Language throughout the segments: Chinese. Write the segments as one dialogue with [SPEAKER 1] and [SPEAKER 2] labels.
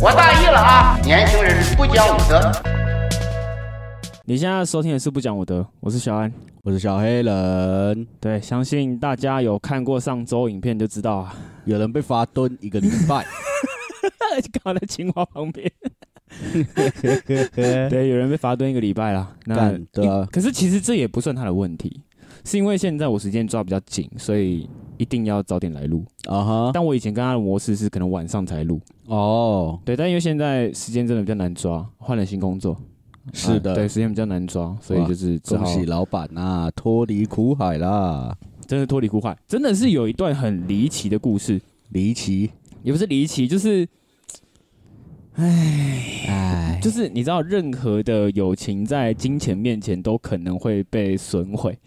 [SPEAKER 1] 我大意了啊！年轻人不讲武德。
[SPEAKER 2] 你现在收听的是不讲武德，我是小安。
[SPEAKER 3] 我是小黑人，
[SPEAKER 2] 对，相信大家有看过上周影片就知道啊，
[SPEAKER 3] 有人被罚蹲一个礼拜，
[SPEAKER 2] 刚好在青蛙旁 边，对，有人被罚蹲一个礼拜啦。那
[SPEAKER 3] 干对啊
[SPEAKER 2] 可是其实这也不算他的问题，是因为现在我时间抓比较紧，所以一定要早点来录。
[SPEAKER 3] 啊哈，
[SPEAKER 2] 但我以前跟他的模式是可能晚上才录，
[SPEAKER 3] 哦，
[SPEAKER 2] 对，但因为现在时间真的比较难抓，换了新工作，
[SPEAKER 3] 是
[SPEAKER 2] 啊
[SPEAKER 3] 的，
[SPEAKER 2] 对，时间比较难抓，所以
[SPEAKER 3] 哇
[SPEAKER 2] 就是只好
[SPEAKER 3] 恭喜老板呐、脱离苦海啦，
[SPEAKER 2] 真的脱离苦海，真的是有一段很离奇的故事，
[SPEAKER 3] 离奇，
[SPEAKER 2] 也不是离奇，就是
[SPEAKER 3] 哎，
[SPEAKER 2] 就是你知道，任何的友情在金钱面前都可能会被损毁。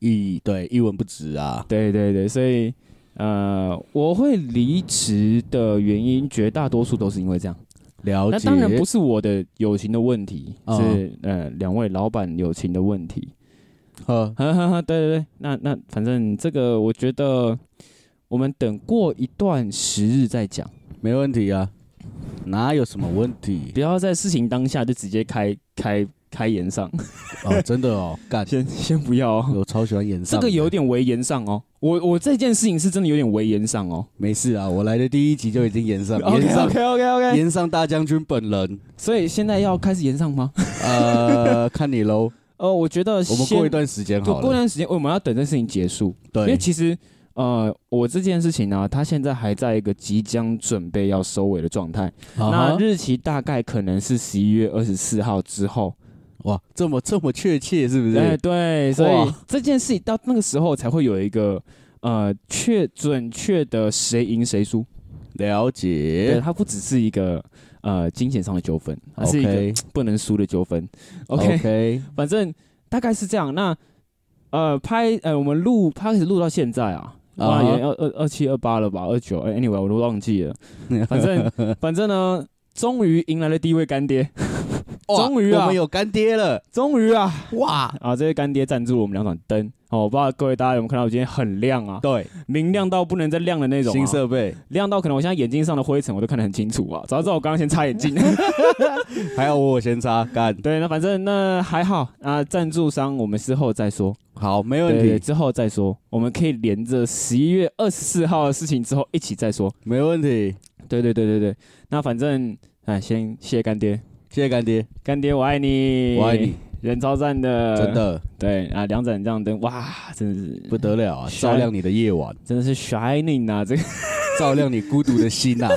[SPEAKER 3] 一对一文不值啊，
[SPEAKER 2] 对对对，所以呃，我会离职的原因，绝大多数都是因为这样。
[SPEAKER 3] 了
[SPEAKER 2] 那
[SPEAKER 3] 解，
[SPEAKER 2] 当然不是我的友情的问题，
[SPEAKER 3] 哦
[SPEAKER 2] 是呃两位老板友情的问题。
[SPEAKER 3] 呵，
[SPEAKER 2] 呵呵呵，对对对，那那反正这个我觉得我们等过一段时日再讲，
[SPEAKER 3] 没问题啊，哪有什么问题
[SPEAKER 2] 不要在事情当下就直接开开开言上，
[SPEAKER 3] 哦，真的哦，干，
[SPEAKER 2] 先先不要、哦。
[SPEAKER 3] 我超喜欢演
[SPEAKER 2] 这
[SPEAKER 3] 上的，
[SPEAKER 2] 个有点为言上哦，我我这件事情是真的有点为言上哦。
[SPEAKER 3] 没事啊，我来的第一集就已经 演上，演上，
[SPEAKER 2] OK OK，
[SPEAKER 3] 演上大将军本人，
[SPEAKER 2] 所以现在要开始言上吗？
[SPEAKER 3] 呃，看你喽，
[SPEAKER 2] 呃，我觉得
[SPEAKER 3] 我们
[SPEAKER 2] 先
[SPEAKER 3] 过一段时间
[SPEAKER 2] 就
[SPEAKER 3] 好
[SPEAKER 2] 过一
[SPEAKER 3] 了，
[SPEAKER 2] 段时间，我们要等这事情结束，因为
[SPEAKER 3] 对，
[SPEAKER 2] 其实呃，我这件事情呢、它现在还在一个即将准备要收尾的状态，
[SPEAKER 3] 啊哈
[SPEAKER 2] 那日期大概可能是十一月二十四号之后。
[SPEAKER 3] 哇，这么这么确切是不是？
[SPEAKER 2] 哎，对，所以
[SPEAKER 3] 哇
[SPEAKER 2] 这件事情到那个时候才会有一个呃确准确的谁赢谁输。
[SPEAKER 3] 了
[SPEAKER 2] 对，
[SPEAKER 3] 解。
[SPEAKER 2] 它不只是一个呃金钱上的纠纷，它是一个
[SPEAKER 3] OK
[SPEAKER 2] 不能输的纠纷。OK，,
[SPEAKER 3] OK，
[SPEAKER 2] 反正大概是这样。那呃拍呃我们录开始录到现在啊，哇、
[SPEAKER 3] 啊哈
[SPEAKER 2] 也要二二七二八了吧，二九哎，anyway 我都忘记了。反正 反正呢，终于迎来了第一位干爹，
[SPEAKER 3] 哇
[SPEAKER 2] 终于啊
[SPEAKER 3] 我们有干爹了，
[SPEAKER 2] 终于啊
[SPEAKER 3] 哇！
[SPEAKER 2] 啊这位干爹赞助我们两盏灯。哦，我不知道各位大家有没有看到，我今天很亮啊，
[SPEAKER 3] 对，
[SPEAKER 2] 明亮到不能再亮的那种、啊
[SPEAKER 3] 新
[SPEAKER 2] 色，
[SPEAKER 3] 设备，
[SPEAKER 2] 亮到可能我现在眼睛上的灰尘我都看得很清楚啊。早知道我刚刚先擦眼镜。
[SPEAKER 3] 还有我先插干，
[SPEAKER 2] 对，那反正那还好啊，赞助商我们事后再说，
[SPEAKER 3] 好，没
[SPEAKER 2] 对
[SPEAKER 3] 问
[SPEAKER 2] 对，
[SPEAKER 3] 题，
[SPEAKER 2] 之后再说，我们可以连着十一月二十四号的事情之后一起再说。
[SPEAKER 3] 没问题，
[SPEAKER 2] 对对对对对，那反正哎，先谢谢干爹，
[SPEAKER 3] 谢谢干爹，
[SPEAKER 2] 干爹我爱你，呃
[SPEAKER 3] 我爱你，，
[SPEAKER 2] 人超赞的，
[SPEAKER 3] 真，的
[SPEAKER 2] 对啊，两盏这样灯，哇，真的是
[SPEAKER 3] 不得了啊，
[SPEAKER 2] Shine
[SPEAKER 3] 照亮你的 夜晚，
[SPEAKER 2] 真的是 shining 啊，这个
[SPEAKER 3] 照亮你孤独的心啊呐，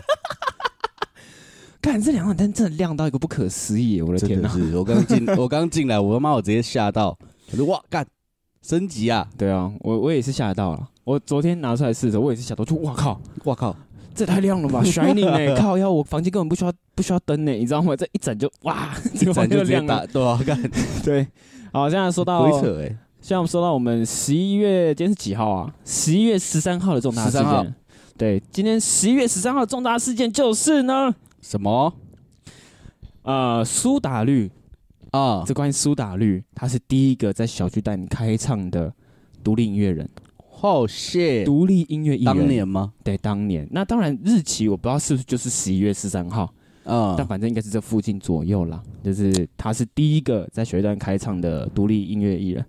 [SPEAKER 2] 看这两盏灯真的亮到一个不可思议，我的
[SPEAKER 3] 真
[SPEAKER 2] 天啊
[SPEAKER 3] 的
[SPEAKER 2] 哪！
[SPEAKER 3] 是，我刚进，我刚进来，我他妈我直接吓到，我说哇干，升级啊，
[SPEAKER 2] 对啊，我我也是吓到了，我昨天拿出来试的时候，我也是吓到，就哇靠，
[SPEAKER 3] 哇靠，
[SPEAKER 2] 这太亮了 吧，shining 哎、靠腰，我房间根本不需要不需要灯欸呢、你知道吗？这一盏就 哇，这个
[SPEAKER 3] 咱
[SPEAKER 2] 房
[SPEAKER 3] 就
[SPEAKER 2] 间
[SPEAKER 3] 直接
[SPEAKER 2] 亮
[SPEAKER 3] 打，
[SPEAKER 2] 了。
[SPEAKER 3] 对啊，干，
[SPEAKER 2] 对，好，现在说到，
[SPEAKER 3] 鬼扯哎，
[SPEAKER 2] 现在我们说到我们十一月今天是几号啊？十一月十三号的重大事
[SPEAKER 3] 13号
[SPEAKER 2] 件。对，今天十一月十三号的重大事件就是呢，
[SPEAKER 3] 什么
[SPEAKER 2] 呃，苏打绿，
[SPEAKER 3] 啊？
[SPEAKER 2] 这关于苏打绿，他是第一个在小巨蛋开唱的独立音乐人，
[SPEAKER 3] 哦谢，
[SPEAKER 2] 独立音乐艺人。
[SPEAKER 3] 当年吗？
[SPEAKER 2] 对，当年。那当然日期我不知道是不是就是十一月十三号。
[SPEAKER 3] 啊
[SPEAKER 2] 但，反正应该是这附近左右啦。就是他是第一个在学段开唱的独立音乐艺人，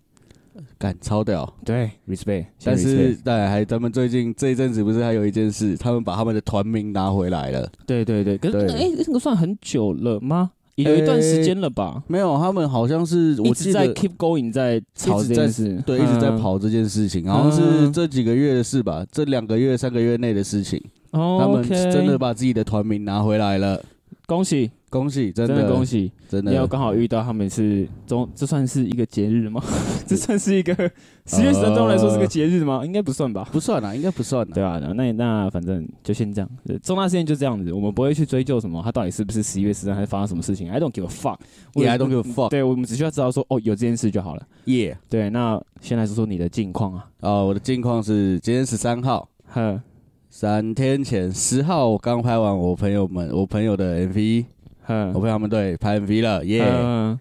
[SPEAKER 3] 干超屌。
[SPEAKER 2] 对，respect。
[SPEAKER 3] 但是
[SPEAKER 2] respect
[SPEAKER 3] 对，还他们最近这一阵子不是还有一件事，他们把他们的团名拿回来了。
[SPEAKER 2] 对对对，可是
[SPEAKER 3] 对
[SPEAKER 2] 哎、诶这个算很久了吗？有一段时间了吧？
[SPEAKER 3] 没有，他们好像是
[SPEAKER 2] 一
[SPEAKER 3] 我
[SPEAKER 2] 直
[SPEAKER 3] 记
[SPEAKER 2] 在
[SPEAKER 3] 得
[SPEAKER 2] keep going，在吵这件事，
[SPEAKER 3] 对一直在
[SPEAKER 2] 嗯。
[SPEAKER 3] 跑这件事情，好像是
[SPEAKER 2] 嗯
[SPEAKER 3] 这几个月的事吧，这两个月、三个月内的事情，他
[SPEAKER 2] 哦
[SPEAKER 3] 们
[SPEAKER 2] OK，
[SPEAKER 3] 真的把自己的团名拿回来了，
[SPEAKER 2] 恭喜，
[SPEAKER 3] 恭喜，真
[SPEAKER 2] 真
[SPEAKER 3] 的
[SPEAKER 2] 的恭，喜！
[SPEAKER 3] 真
[SPEAKER 2] 要
[SPEAKER 3] 的
[SPEAKER 2] 刚好遇到他们是中，这算是一个节日吗？ 这算是一个
[SPEAKER 3] 哦
[SPEAKER 2] 十月十三中来说是个节日吗？应该不算吧。
[SPEAKER 3] 不算啦，应该不算啦。
[SPEAKER 2] 对啊，那那反正就先这样，呃重大事件就这样子，我们不会去追究什么，他到底是不是十一月十三还是发生什么事情，I don't give a fuck，我
[SPEAKER 3] Yeah, I don't give a fuck.
[SPEAKER 2] 对我们只需要知道说哦有这件事就好了。
[SPEAKER 3] 耶，
[SPEAKER 2] 对，那先来说说你的近况啊，
[SPEAKER 3] 哦，我的近况是今天十三号，
[SPEAKER 2] 呵
[SPEAKER 3] 三天前十号我刚拍完我朋友们我朋友的 MV，
[SPEAKER 2] 呵，
[SPEAKER 3] 我朋友们对拍 MV 了，耶。
[SPEAKER 2] 嗯，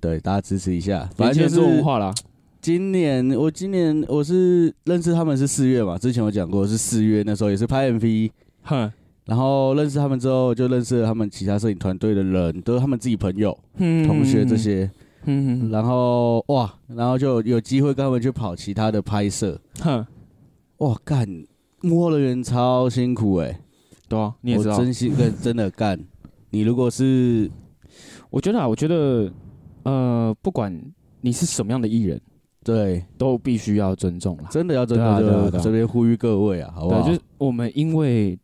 [SPEAKER 3] 对，大家支持一下。
[SPEAKER 2] 反
[SPEAKER 3] 反
[SPEAKER 2] 正
[SPEAKER 3] 正
[SPEAKER 2] 就是
[SPEAKER 3] 就是
[SPEAKER 2] 文化啦，
[SPEAKER 3] 今年，我今年我是认识他们是四月嘛，之前我讲过是四月，那时候也是拍 MV，
[SPEAKER 2] 哼，
[SPEAKER 3] 然后认识他们之后，就认识了他们其他摄影团队的人，都是他们自己朋友、同学这，些。
[SPEAKER 2] 嗯，
[SPEAKER 3] 然后哇，然后就有机会跟他们去跑其他的拍摄。
[SPEAKER 2] 哼，
[SPEAKER 3] 哇，干幕后的人超辛苦哎、
[SPEAKER 2] 对啊，你也
[SPEAKER 3] 我
[SPEAKER 2] 知道，
[SPEAKER 3] 真心跟真的干。你如果是
[SPEAKER 2] 我觉得啊，我觉得，呃，不管你是什么样的艺人，
[SPEAKER 3] 对，
[SPEAKER 2] 都必须要尊重啦。
[SPEAKER 3] 真的要真
[SPEAKER 2] 对啊对啊
[SPEAKER 3] 的
[SPEAKER 2] 对啊
[SPEAKER 3] 就这边呼吁各位啊，好不好？
[SPEAKER 2] 对，就是我们因为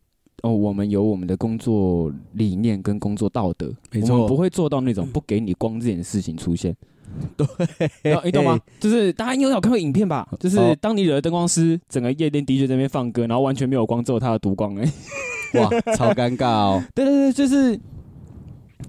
[SPEAKER 2] 哦，我们有我们的工作理念跟工作道德，我
[SPEAKER 3] 没
[SPEAKER 2] 们
[SPEAKER 3] 错
[SPEAKER 2] 不会做到那 种不给你光这件事情出现。
[SPEAKER 3] 嘿
[SPEAKER 2] 然后你 懂吗？？就是大家应该有看过影片吧？就是
[SPEAKER 3] 哦
[SPEAKER 2] 当你惹了灯光师，整个夜店 DJ 这边放歌，然后完全没有光，只有他的独光、 哎，
[SPEAKER 3] 嘿哇，超尴尬 哦。
[SPEAKER 2] 对对对，就是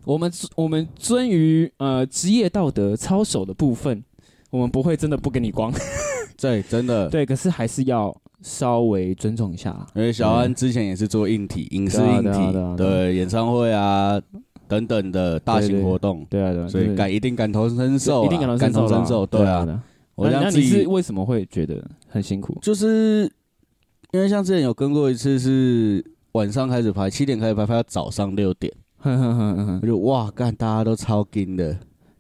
[SPEAKER 2] 我们我们遵于呃职业道德操守的部分，我们不会真的不给你光。
[SPEAKER 3] 对，真的。
[SPEAKER 2] 对，可是还是要稍微尊重一下啊。
[SPEAKER 3] 因为小安之前也是做硬体、影视
[SPEAKER 2] 对啊
[SPEAKER 3] 硬
[SPEAKER 2] 对啊对啊
[SPEAKER 3] 体，
[SPEAKER 2] 对啊
[SPEAKER 3] 对演唱会啊等等的大
[SPEAKER 2] 对
[SPEAKER 3] 型
[SPEAKER 2] 对
[SPEAKER 3] 活动，
[SPEAKER 2] 对啊，对啊，
[SPEAKER 3] 所以
[SPEAKER 2] 就是
[SPEAKER 3] 感一定感同身受啦，
[SPEAKER 2] 一定感同身受
[SPEAKER 3] 感
[SPEAKER 2] 啦
[SPEAKER 3] 对
[SPEAKER 2] 啊。
[SPEAKER 3] 啊。
[SPEAKER 2] 对啊
[SPEAKER 3] 我
[SPEAKER 2] 那
[SPEAKER 3] 像
[SPEAKER 2] 那
[SPEAKER 3] 自
[SPEAKER 2] 你是
[SPEAKER 3] 己
[SPEAKER 2] 为什么会觉得很辛 苦？
[SPEAKER 3] 就是因为像之前有跟过一次是晚上开始拍，七点开始拍，拍到早上六点，
[SPEAKER 2] 哼哼哼哼
[SPEAKER 3] 我
[SPEAKER 2] 哼。
[SPEAKER 3] 就哇干，大家都超紧的，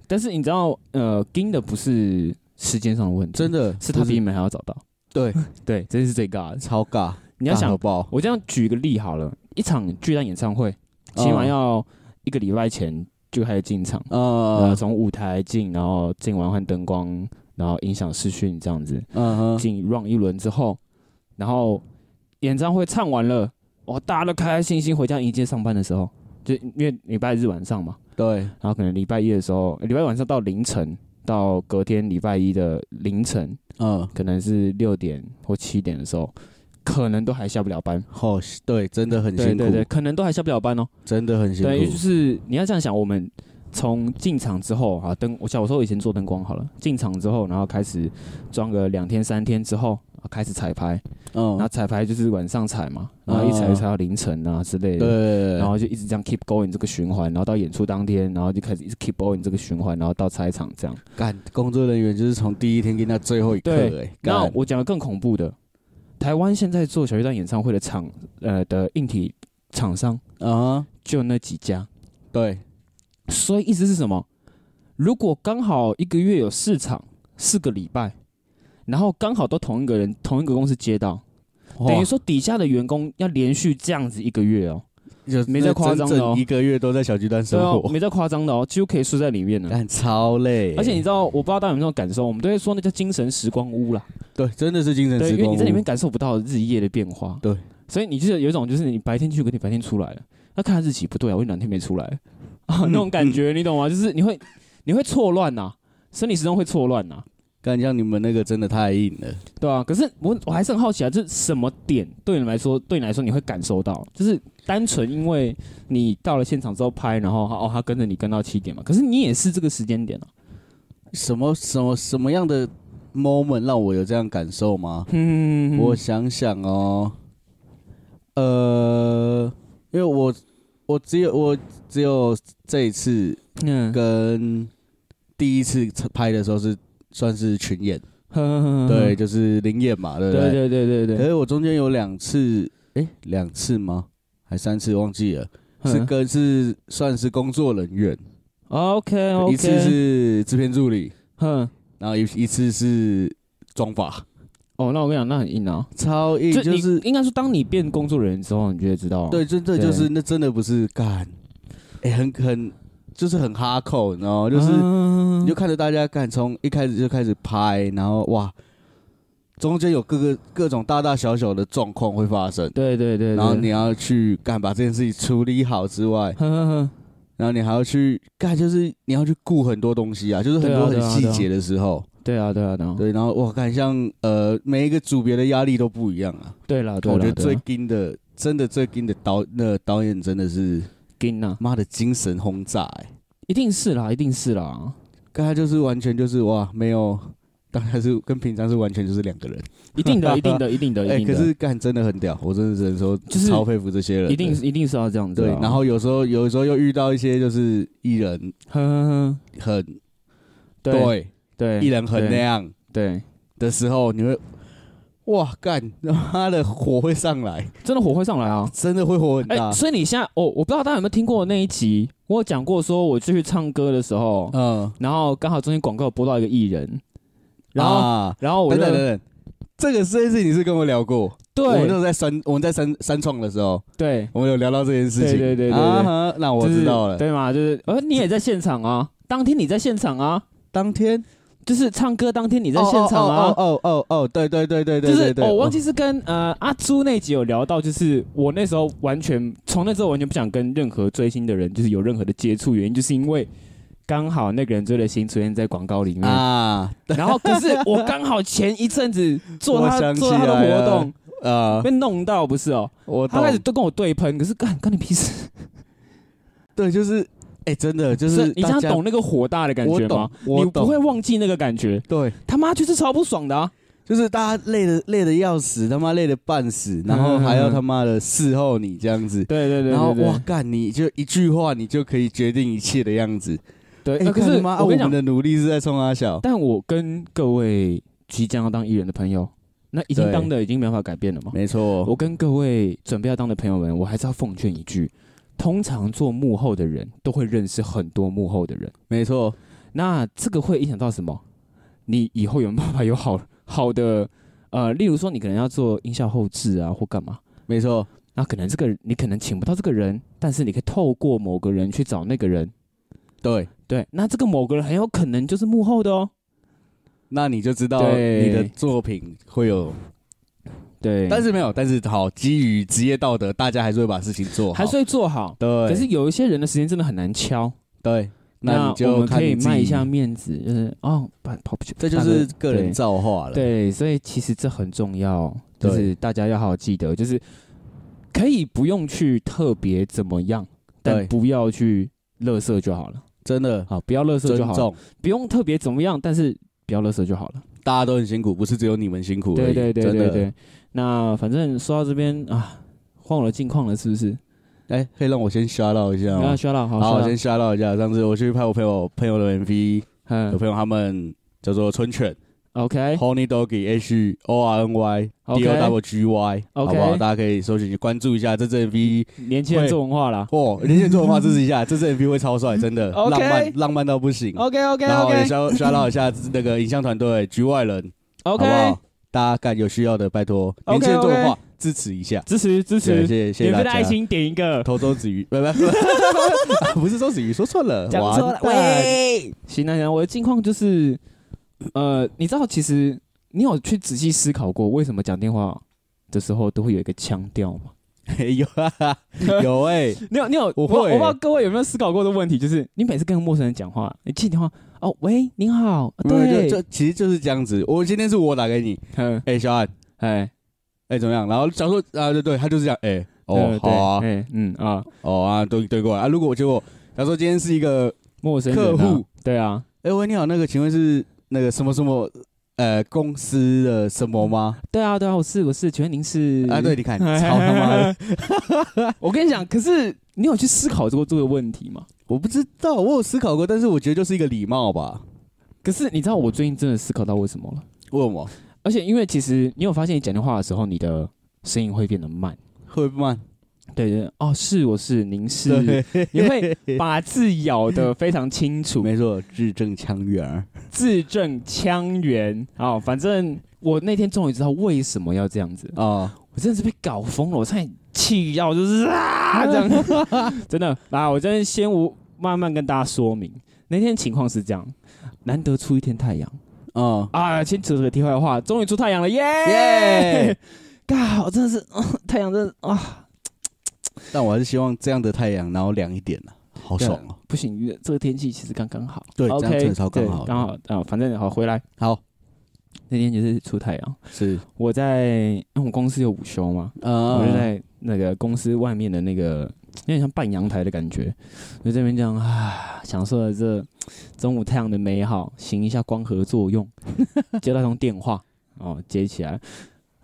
[SPEAKER 2] 但是你知道，呃，盯的不是时间上的问题，
[SPEAKER 3] 真的
[SPEAKER 2] 是他
[SPEAKER 3] 就是
[SPEAKER 2] 比你们还要早到。
[SPEAKER 3] 对
[SPEAKER 2] 对，这是最尬的。
[SPEAKER 3] 超尬，
[SPEAKER 2] 你要
[SPEAKER 3] 尬
[SPEAKER 2] 想
[SPEAKER 3] 到，爆，
[SPEAKER 2] 我这样举一个例好了，一场巨蛋演唱会，起码
[SPEAKER 3] 嗯
[SPEAKER 2] 要一个礼拜前就开始进场，呃，
[SPEAKER 3] 呃
[SPEAKER 2] 从舞台进，然后进完换灯光，然后音响视讯这样子，
[SPEAKER 3] 嗯哼，
[SPEAKER 2] 进 run 一轮之后，然后演唱会唱完了，哦，大家都开开心心回家迎接上班的时候，就因为礼拜日晚上嘛，
[SPEAKER 3] 对，
[SPEAKER 2] 然后可能礼拜一的时候，礼拜晚上到凌晨，到隔天礼拜一的凌晨，
[SPEAKER 3] 嗯，
[SPEAKER 2] 可能是六点或七点的时候，可能都还下不了班。
[SPEAKER 3] 好，对，真的很
[SPEAKER 2] 对
[SPEAKER 3] 辛
[SPEAKER 2] 对对，
[SPEAKER 3] 苦，
[SPEAKER 2] 可能都还下不了班哦。
[SPEAKER 3] 真的很辛
[SPEAKER 2] 对，就
[SPEAKER 3] 苦，
[SPEAKER 2] 是你要这样想，我们从进场之后啊，灯，我小时候以前做灯光好了，进场之后，然后开始装个两天三天之后，啊开始彩排，然后
[SPEAKER 3] 嗯，
[SPEAKER 2] 彩排就是晚上彩嘛，然后一彩就彩到凌晨啊之类
[SPEAKER 3] 对对，
[SPEAKER 2] 的。
[SPEAKER 3] 哦对
[SPEAKER 2] 然后就一直这样 keep going 这个循环，然后到演出当天，然后就开始一直 keep going 这个循环，然后到拆场这样。
[SPEAKER 3] 干工作人员就是从第一天跟到最后一刻、
[SPEAKER 2] 对
[SPEAKER 3] 哎，
[SPEAKER 2] 那
[SPEAKER 3] 干
[SPEAKER 2] 我讲的更恐怖的，台湾现在做小巨蛋演唱会的厂呃的硬体厂商
[SPEAKER 3] 啊、
[SPEAKER 2] 就那几家，
[SPEAKER 3] 对，
[SPEAKER 2] 所以意思是什么？如果刚好一个月有四场，四个礼拜，然后刚好都同一个人同一个公司接到，等于说底下的员工要连续这样子一个月哦，
[SPEAKER 3] 就
[SPEAKER 2] 没在夸张的哦
[SPEAKER 3] 整整一个月都在小鸡蛋
[SPEAKER 2] 对
[SPEAKER 3] 生
[SPEAKER 2] 哦，
[SPEAKER 3] 活，哎
[SPEAKER 2] 没在夸张的哦，几乎可以睡在里面呢。
[SPEAKER 3] 干、超累，
[SPEAKER 2] 而且你知道，我不知道大家有没有这种感受，我们都会说那叫精神时光屋啦，
[SPEAKER 3] 对，真的是精神
[SPEAKER 2] 对，
[SPEAKER 3] 时
[SPEAKER 2] 因为
[SPEAKER 3] 光
[SPEAKER 2] 你在里面
[SPEAKER 3] 屋，
[SPEAKER 2] 感受不到日夜的变化，
[SPEAKER 3] 对，
[SPEAKER 2] 所以你就是有一种就是你白天去跟你白天出来了，那看看日期不对啊，我有两天没出 来啊，那种感觉你懂吗？就是你会你会错乱呐，生理时钟会错乱呐，
[SPEAKER 3] 干像你们那个真的太硬了，
[SPEAKER 2] 对啊，可是我我还是很好奇啊，就是什么点对你来说，对你来说你会感受到，就是单纯因为你到了现场之后拍，然后哦他跟着你跟到七点嘛，可是你也是这个时间点啊，
[SPEAKER 3] 什么什么什么样的 moment 让我有这样感受吗？
[SPEAKER 2] 嗯，
[SPEAKER 3] 我想想哦，呃，因为我我只有我只有这一次
[SPEAKER 2] 嗯，
[SPEAKER 3] 跟第一次拍的时候是算是群演。对，
[SPEAKER 2] 对
[SPEAKER 3] 就是灵验嘛，对不
[SPEAKER 2] 嗯对
[SPEAKER 3] 对？
[SPEAKER 2] 对对对
[SPEAKER 3] 可
[SPEAKER 2] 对，
[SPEAKER 3] 是我中间有两次，诶，两次吗？还三次忘记了，
[SPEAKER 2] 嗯
[SPEAKER 3] 是跟是算是工作人员，
[SPEAKER 2] OK 哦 OK，
[SPEAKER 3] 一次是制片助理，
[SPEAKER 2] 哼，
[SPEAKER 3] 然后一一次是妆法，
[SPEAKER 2] 哦，那我跟你讲，那很硬啊，
[SPEAKER 3] 超硬，就
[SPEAKER 2] 你
[SPEAKER 3] 是
[SPEAKER 2] 应该说，当你变工作人员之后，你就会知道，啊
[SPEAKER 3] 对，真的
[SPEAKER 2] 对
[SPEAKER 3] 就是那真的不是干，诶，很很就是很哈口，你知道吗？就是
[SPEAKER 2] 嗯
[SPEAKER 3] 你就看着大家干，从一开始就开始拍，然后哇，中间有各个各种大大小小的状况会发生。
[SPEAKER 2] 对对对，
[SPEAKER 3] 然后
[SPEAKER 2] 对
[SPEAKER 3] 你，要去干把这件事情处理好之外，
[SPEAKER 2] 哼哼哼，
[SPEAKER 3] 然后你还要去干，就是你要去顾很多东西啊，就是很
[SPEAKER 2] 对啊
[SPEAKER 3] 多很
[SPEAKER 2] 对啊
[SPEAKER 3] 细
[SPEAKER 2] 对啊
[SPEAKER 3] 节的时候，
[SPEAKER 2] 对啊对啊对啊，
[SPEAKER 3] 对，然后我看像呃每一个组别的压力都不一样啊，
[SPEAKER 2] 对了对
[SPEAKER 3] 我
[SPEAKER 2] 了，
[SPEAKER 3] 觉得
[SPEAKER 2] 对
[SPEAKER 3] 最
[SPEAKER 2] 啦
[SPEAKER 3] 硬的，真的最硬的导那导演真的是
[SPEAKER 2] 紧呐，
[SPEAKER 3] 妈的精神轰炸、欸，
[SPEAKER 2] 啊一定是啦，一定是啦，
[SPEAKER 3] 刚才就是完全就是哇没有。当然是跟平常是完全就是两个人，
[SPEAKER 2] 一定 的，一定的，一定的，
[SPEAKER 3] 哎、
[SPEAKER 2] 一定
[SPEAKER 3] 可
[SPEAKER 2] 的，
[SPEAKER 3] 是干真的很屌，我真的只能说
[SPEAKER 2] 就是
[SPEAKER 3] 超佩服这些人的，
[SPEAKER 2] 一定是一定是要这样子
[SPEAKER 3] 对。
[SPEAKER 2] 啊，
[SPEAKER 3] 然后有时候有时候又遇到一些就是艺人，
[SPEAKER 2] 哼哼哼，
[SPEAKER 3] 很
[SPEAKER 2] 对
[SPEAKER 3] 对，
[SPEAKER 2] 对，
[SPEAKER 3] 艺人很那
[SPEAKER 2] 对
[SPEAKER 3] 样
[SPEAKER 2] 对，
[SPEAKER 3] 的时候，你会哇干，他妈的火会上来，
[SPEAKER 2] 真的火会上来啊！
[SPEAKER 3] 真的会火很
[SPEAKER 2] 哎、
[SPEAKER 3] 大。
[SPEAKER 2] 所以你现在哦，我不知道大家有没有听过那一集，我有讲过说我去唱歌的时候，
[SPEAKER 3] 嗯，
[SPEAKER 2] 然后刚好中间广告播到一个艺人，然后、
[SPEAKER 3] 啊
[SPEAKER 2] 然后我
[SPEAKER 3] 等
[SPEAKER 2] 就
[SPEAKER 3] 等等等，这个事情你是跟我聊过，我
[SPEAKER 2] 对
[SPEAKER 3] 们就在三我们在三三创的时候，
[SPEAKER 2] 对
[SPEAKER 3] 我们有聊到这件事情。
[SPEAKER 2] 对对对对对
[SPEAKER 3] 啊哈那我知道了。
[SPEAKER 2] 就是对嘛？就是呃，你也在现场啊，当天你在现场啊，
[SPEAKER 3] 当天
[SPEAKER 2] 就是唱歌当天你在现场啊，
[SPEAKER 3] 哦哦哦哦哦，对对对对对，
[SPEAKER 2] 就是
[SPEAKER 3] 对对
[SPEAKER 2] 哦我忘记是跟呃阿朱那集有聊到，就是我那时候完全从那之后完全不想跟任何追星的人就是有任何的接触，原因就是因为刚好那个人追的星出现在广告里面，
[SPEAKER 3] 啊
[SPEAKER 2] 然后可是我刚好前一阵子做
[SPEAKER 3] 我
[SPEAKER 2] 他
[SPEAKER 3] 想起
[SPEAKER 2] 做他的
[SPEAKER 3] 来
[SPEAKER 2] 活
[SPEAKER 3] 了
[SPEAKER 2] 动
[SPEAKER 3] 啊，
[SPEAKER 2] 被弄到不是哦，
[SPEAKER 3] 我
[SPEAKER 2] 他开始都呃
[SPEAKER 3] 懂。
[SPEAKER 2] 跟我对喷，可是干干你屁事，
[SPEAKER 3] 对，就是哎，真的就是是
[SPEAKER 2] 你这样
[SPEAKER 3] 大家
[SPEAKER 2] 懂那个火大的感
[SPEAKER 3] 我
[SPEAKER 2] 觉吗
[SPEAKER 3] 懂？
[SPEAKER 2] 你
[SPEAKER 3] 我
[SPEAKER 2] 不
[SPEAKER 3] 懂
[SPEAKER 2] 会忘记那个感觉，
[SPEAKER 3] 对，
[SPEAKER 2] 他妈就是超不爽的啊！
[SPEAKER 3] 就是大家累的累的要死，他妈累的半死，然后还要他妈的伺候你这样子，
[SPEAKER 2] 对对嗯对，
[SPEAKER 3] 然后
[SPEAKER 2] 对对
[SPEAKER 3] 哇干，你就一句话你就可以决定一切的样子。
[SPEAKER 2] 对，
[SPEAKER 3] 哎，
[SPEAKER 2] 呃可
[SPEAKER 3] 干
[SPEAKER 2] 是
[SPEAKER 3] 他妈啊
[SPEAKER 2] 我
[SPEAKER 3] 我
[SPEAKER 2] 跟你讲
[SPEAKER 3] 们。的努力是在冲阿小，
[SPEAKER 2] 但我跟各位即将要当艺人的朋友，那已经
[SPEAKER 3] 对
[SPEAKER 2] 当的已经没办法改变了嘛。
[SPEAKER 3] 没错
[SPEAKER 2] 我，跟各位准备要当的朋友们，我还是要奉劝一句：通常做幕后的人都会认识很多幕后的人，
[SPEAKER 3] 没错，
[SPEAKER 2] 那这个会影响到什么？你以后有没有办法有好好的呃，例如说你可能要做音效后置啊，或干嘛？
[SPEAKER 3] 没错，
[SPEAKER 2] 那可能这个你可能请不到这个人，但是你可以透过某个人去找那个人，
[SPEAKER 3] 对，
[SPEAKER 2] 对，那这个某个人很有可能就是幕后的哦，
[SPEAKER 3] 那你就知道
[SPEAKER 2] 对
[SPEAKER 3] 你的作品会有，
[SPEAKER 2] 对，
[SPEAKER 3] 但是没有，但是好，基于职业道德，大家还是会把事情做好，
[SPEAKER 2] 还是会做好，
[SPEAKER 3] 对，
[SPEAKER 2] 可是有一些人的时间真的很难敲，
[SPEAKER 3] 对，
[SPEAKER 2] 那
[SPEAKER 3] 那你就
[SPEAKER 2] 我们
[SPEAKER 3] 看
[SPEAKER 2] 可以
[SPEAKER 3] 你自
[SPEAKER 2] 卖一
[SPEAKER 3] 己
[SPEAKER 2] 下，面子，就是哦，跑跑不去，
[SPEAKER 3] 这就是个人造化了。
[SPEAKER 2] 对对，所以其实这很重要，就是大家要好好记得，就是可以不用去特别怎么样，但
[SPEAKER 3] 对
[SPEAKER 2] 不要去乐色就好了，
[SPEAKER 3] 真的
[SPEAKER 2] 好，不要乐色
[SPEAKER 3] 尊
[SPEAKER 2] 就好了，
[SPEAKER 3] 重，
[SPEAKER 2] 不用特别怎么样，但是不要乐色就好了。
[SPEAKER 3] 大家都很辛苦，不是只有你们辛苦而
[SPEAKER 2] 对
[SPEAKER 3] 已。
[SPEAKER 2] 对对
[SPEAKER 3] 真的
[SPEAKER 2] 对对，那反正说到这边啊，换我的近况了，是不是？
[SPEAKER 3] 哎，可以让我先 shout out 一下
[SPEAKER 2] 你要
[SPEAKER 3] 吗？
[SPEAKER 2] 说了，好，
[SPEAKER 3] 哦好，我
[SPEAKER 2] shut
[SPEAKER 3] 先
[SPEAKER 2] up
[SPEAKER 3] shout out 一下。上次我去拍我朋友朋友的 MV，有
[SPEAKER 2] 嗯
[SPEAKER 3] 朋友他们叫做春犬
[SPEAKER 2] ，OK
[SPEAKER 3] ，Honey Doggy H O R N Y D O
[SPEAKER 2] OK，
[SPEAKER 3] W G Y，好
[SPEAKER 2] OK
[SPEAKER 3] 不好？大家可以搜寻去关注一下这支 MV。
[SPEAKER 2] 年轻人做文化啦。
[SPEAKER 3] 哦，连线做文化支持 一下，这支 MV 会超帅，真的，浪
[SPEAKER 2] OK
[SPEAKER 3] 漫浪漫到不行。
[SPEAKER 2] OK OK
[SPEAKER 3] 然后也
[SPEAKER 2] OK
[SPEAKER 3] 刷刷到一下那个影像团队局外人，好不
[SPEAKER 2] OK，
[SPEAKER 3] 好？大家干有需要的，拜托
[SPEAKER 2] OK，
[SPEAKER 3] 年轻人做的
[SPEAKER 2] OK
[SPEAKER 3] 话支持一下，
[SPEAKER 2] 支持支
[SPEAKER 3] 对
[SPEAKER 2] 持，
[SPEAKER 3] 谢谢谢谢
[SPEAKER 2] 免
[SPEAKER 3] 大
[SPEAKER 2] 费的爱
[SPEAKER 3] 家。
[SPEAKER 2] 心点一个。
[SPEAKER 3] 投周子瑜，不不不 啊，不是周子瑜，说错了，
[SPEAKER 2] 讲错了
[SPEAKER 3] 完蛋
[SPEAKER 2] 行那行，我的近况就是，呃，你知道，其实你有去仔细思考过，为什么讲电话的时候都会有一个腔调吗？
[SPEAKER 3] 嘿 有啊， 有哎，
[SPEAKER 2] 你有你有，
[SPEAKER 3] 我
[SPEAKER 2] 我
[SPEAKER 3] 会
[SPEAKER 2] 我不知道各位有没有思考过的问题，就是你每次跟陌生人讲话，你接电话，哦，喂，您好，啊
[SPEAKER 3] 没有
[SPEAKER 2] 对，
[SPEAKER 3] 就就其实就是这样子。我今天是我打给你，
[SPEAKER 2] 嗯，
[SPEAKER 3] 哎，小安，
[SPEAKER 2] 哎，
[SPEAKER 3] 哎，怎么样？然后想说啊，对对，他就是这样，哎，哦
[SPEAKER 2] 呃，
[SPEAKER 3] 好啊
[SPEAKER 2] 对，哎，嗯啊，
[SPEAKER 3] 哦啊，对对过来啊。如果我结果，假如说今天是一个，
[SPEAKER 2] 陌生人啊
[SPEAKER 3] 客户，
[SPEAKER 2] 对啊，
[SPEAKER 3] 哎，喂，你好，那个，请问是那个什么什么呃公司的什么吗？
[SPEAKER 2] 对啊，对啊，我是我是，请问您是？
[SPEAKER 3] 啊， 对，你看，超他妈的，
[SPEAKER 2] 我跟你讲，可是你有去思考过这个问题吗？
[SPEAKER 3] 我不知道，我有思考过，但是我觉得就是一个礼貌吧。
[SPEAKER 2] 可是你知道我最近真的思考到为什么了，
[SPEAKER 3] 为什么
[SPEAKER 2] 而且因为其实你有发现你讲电话的时候，你的声音会变得慢。
[SPEAKER 3] 会慢？
[SPEAKER 2] 对对，哦，是我是您是，
[SPEAKER 3] 对，
[SPEAKER 2] 你会把字咬得 非常清楚，
[SPEAKER 3] 没错，字正腔圆儿。
[SPEAKER 2] 字正腔圆啊、哦。反正我那天终于知道为什么要这样子，
[SPEAKER 3] 啊，
[SPEAKER 2] 我真的是被搞疯了，我差点气要就是啊这样， 真的啊，我真的先无慢慢跟大家说明，那天情况是这样，难得出一天太阳。
[SPEAKER 3] 啊，
[SPEAKER 2] 啊，先扯个题外话，终于出太阳了，耶耶
[SPEAKER 3] 耶！
[SPEAKER 2] 嘎，我真的是， 哦太阳真的啊，
[SPEAKER 3] 但我还是希望这样的太阳，然后凉一点呢，好爽哦。
[SPEAKER 2] 不行，这个天气其实刚刚好。
[SPEAKER 3] 对
[SPEAKER 2] o
[SPEAKER 3] 这
[SPEAKER 2] k
[SPEAKER 3] 样子超刚好的
[SPEAKER 2] 刚好啊，反正好回来
[SPEAKER 3] 好，
[SPEAKER 2] 那天就是出太阳，
[SPEAKER 3] 是，
[SPEAKER 2] 我在因为我们公司有午休嘛，我就
[SPEAKER 3] 嗯，
[SPEAKER 2] 在那个公司外面的那个有点像半阳台的感觉，就这边这样啊，享受了这中午太阳的美好，行一下光合作用， 接到一通电话，哦，接起来，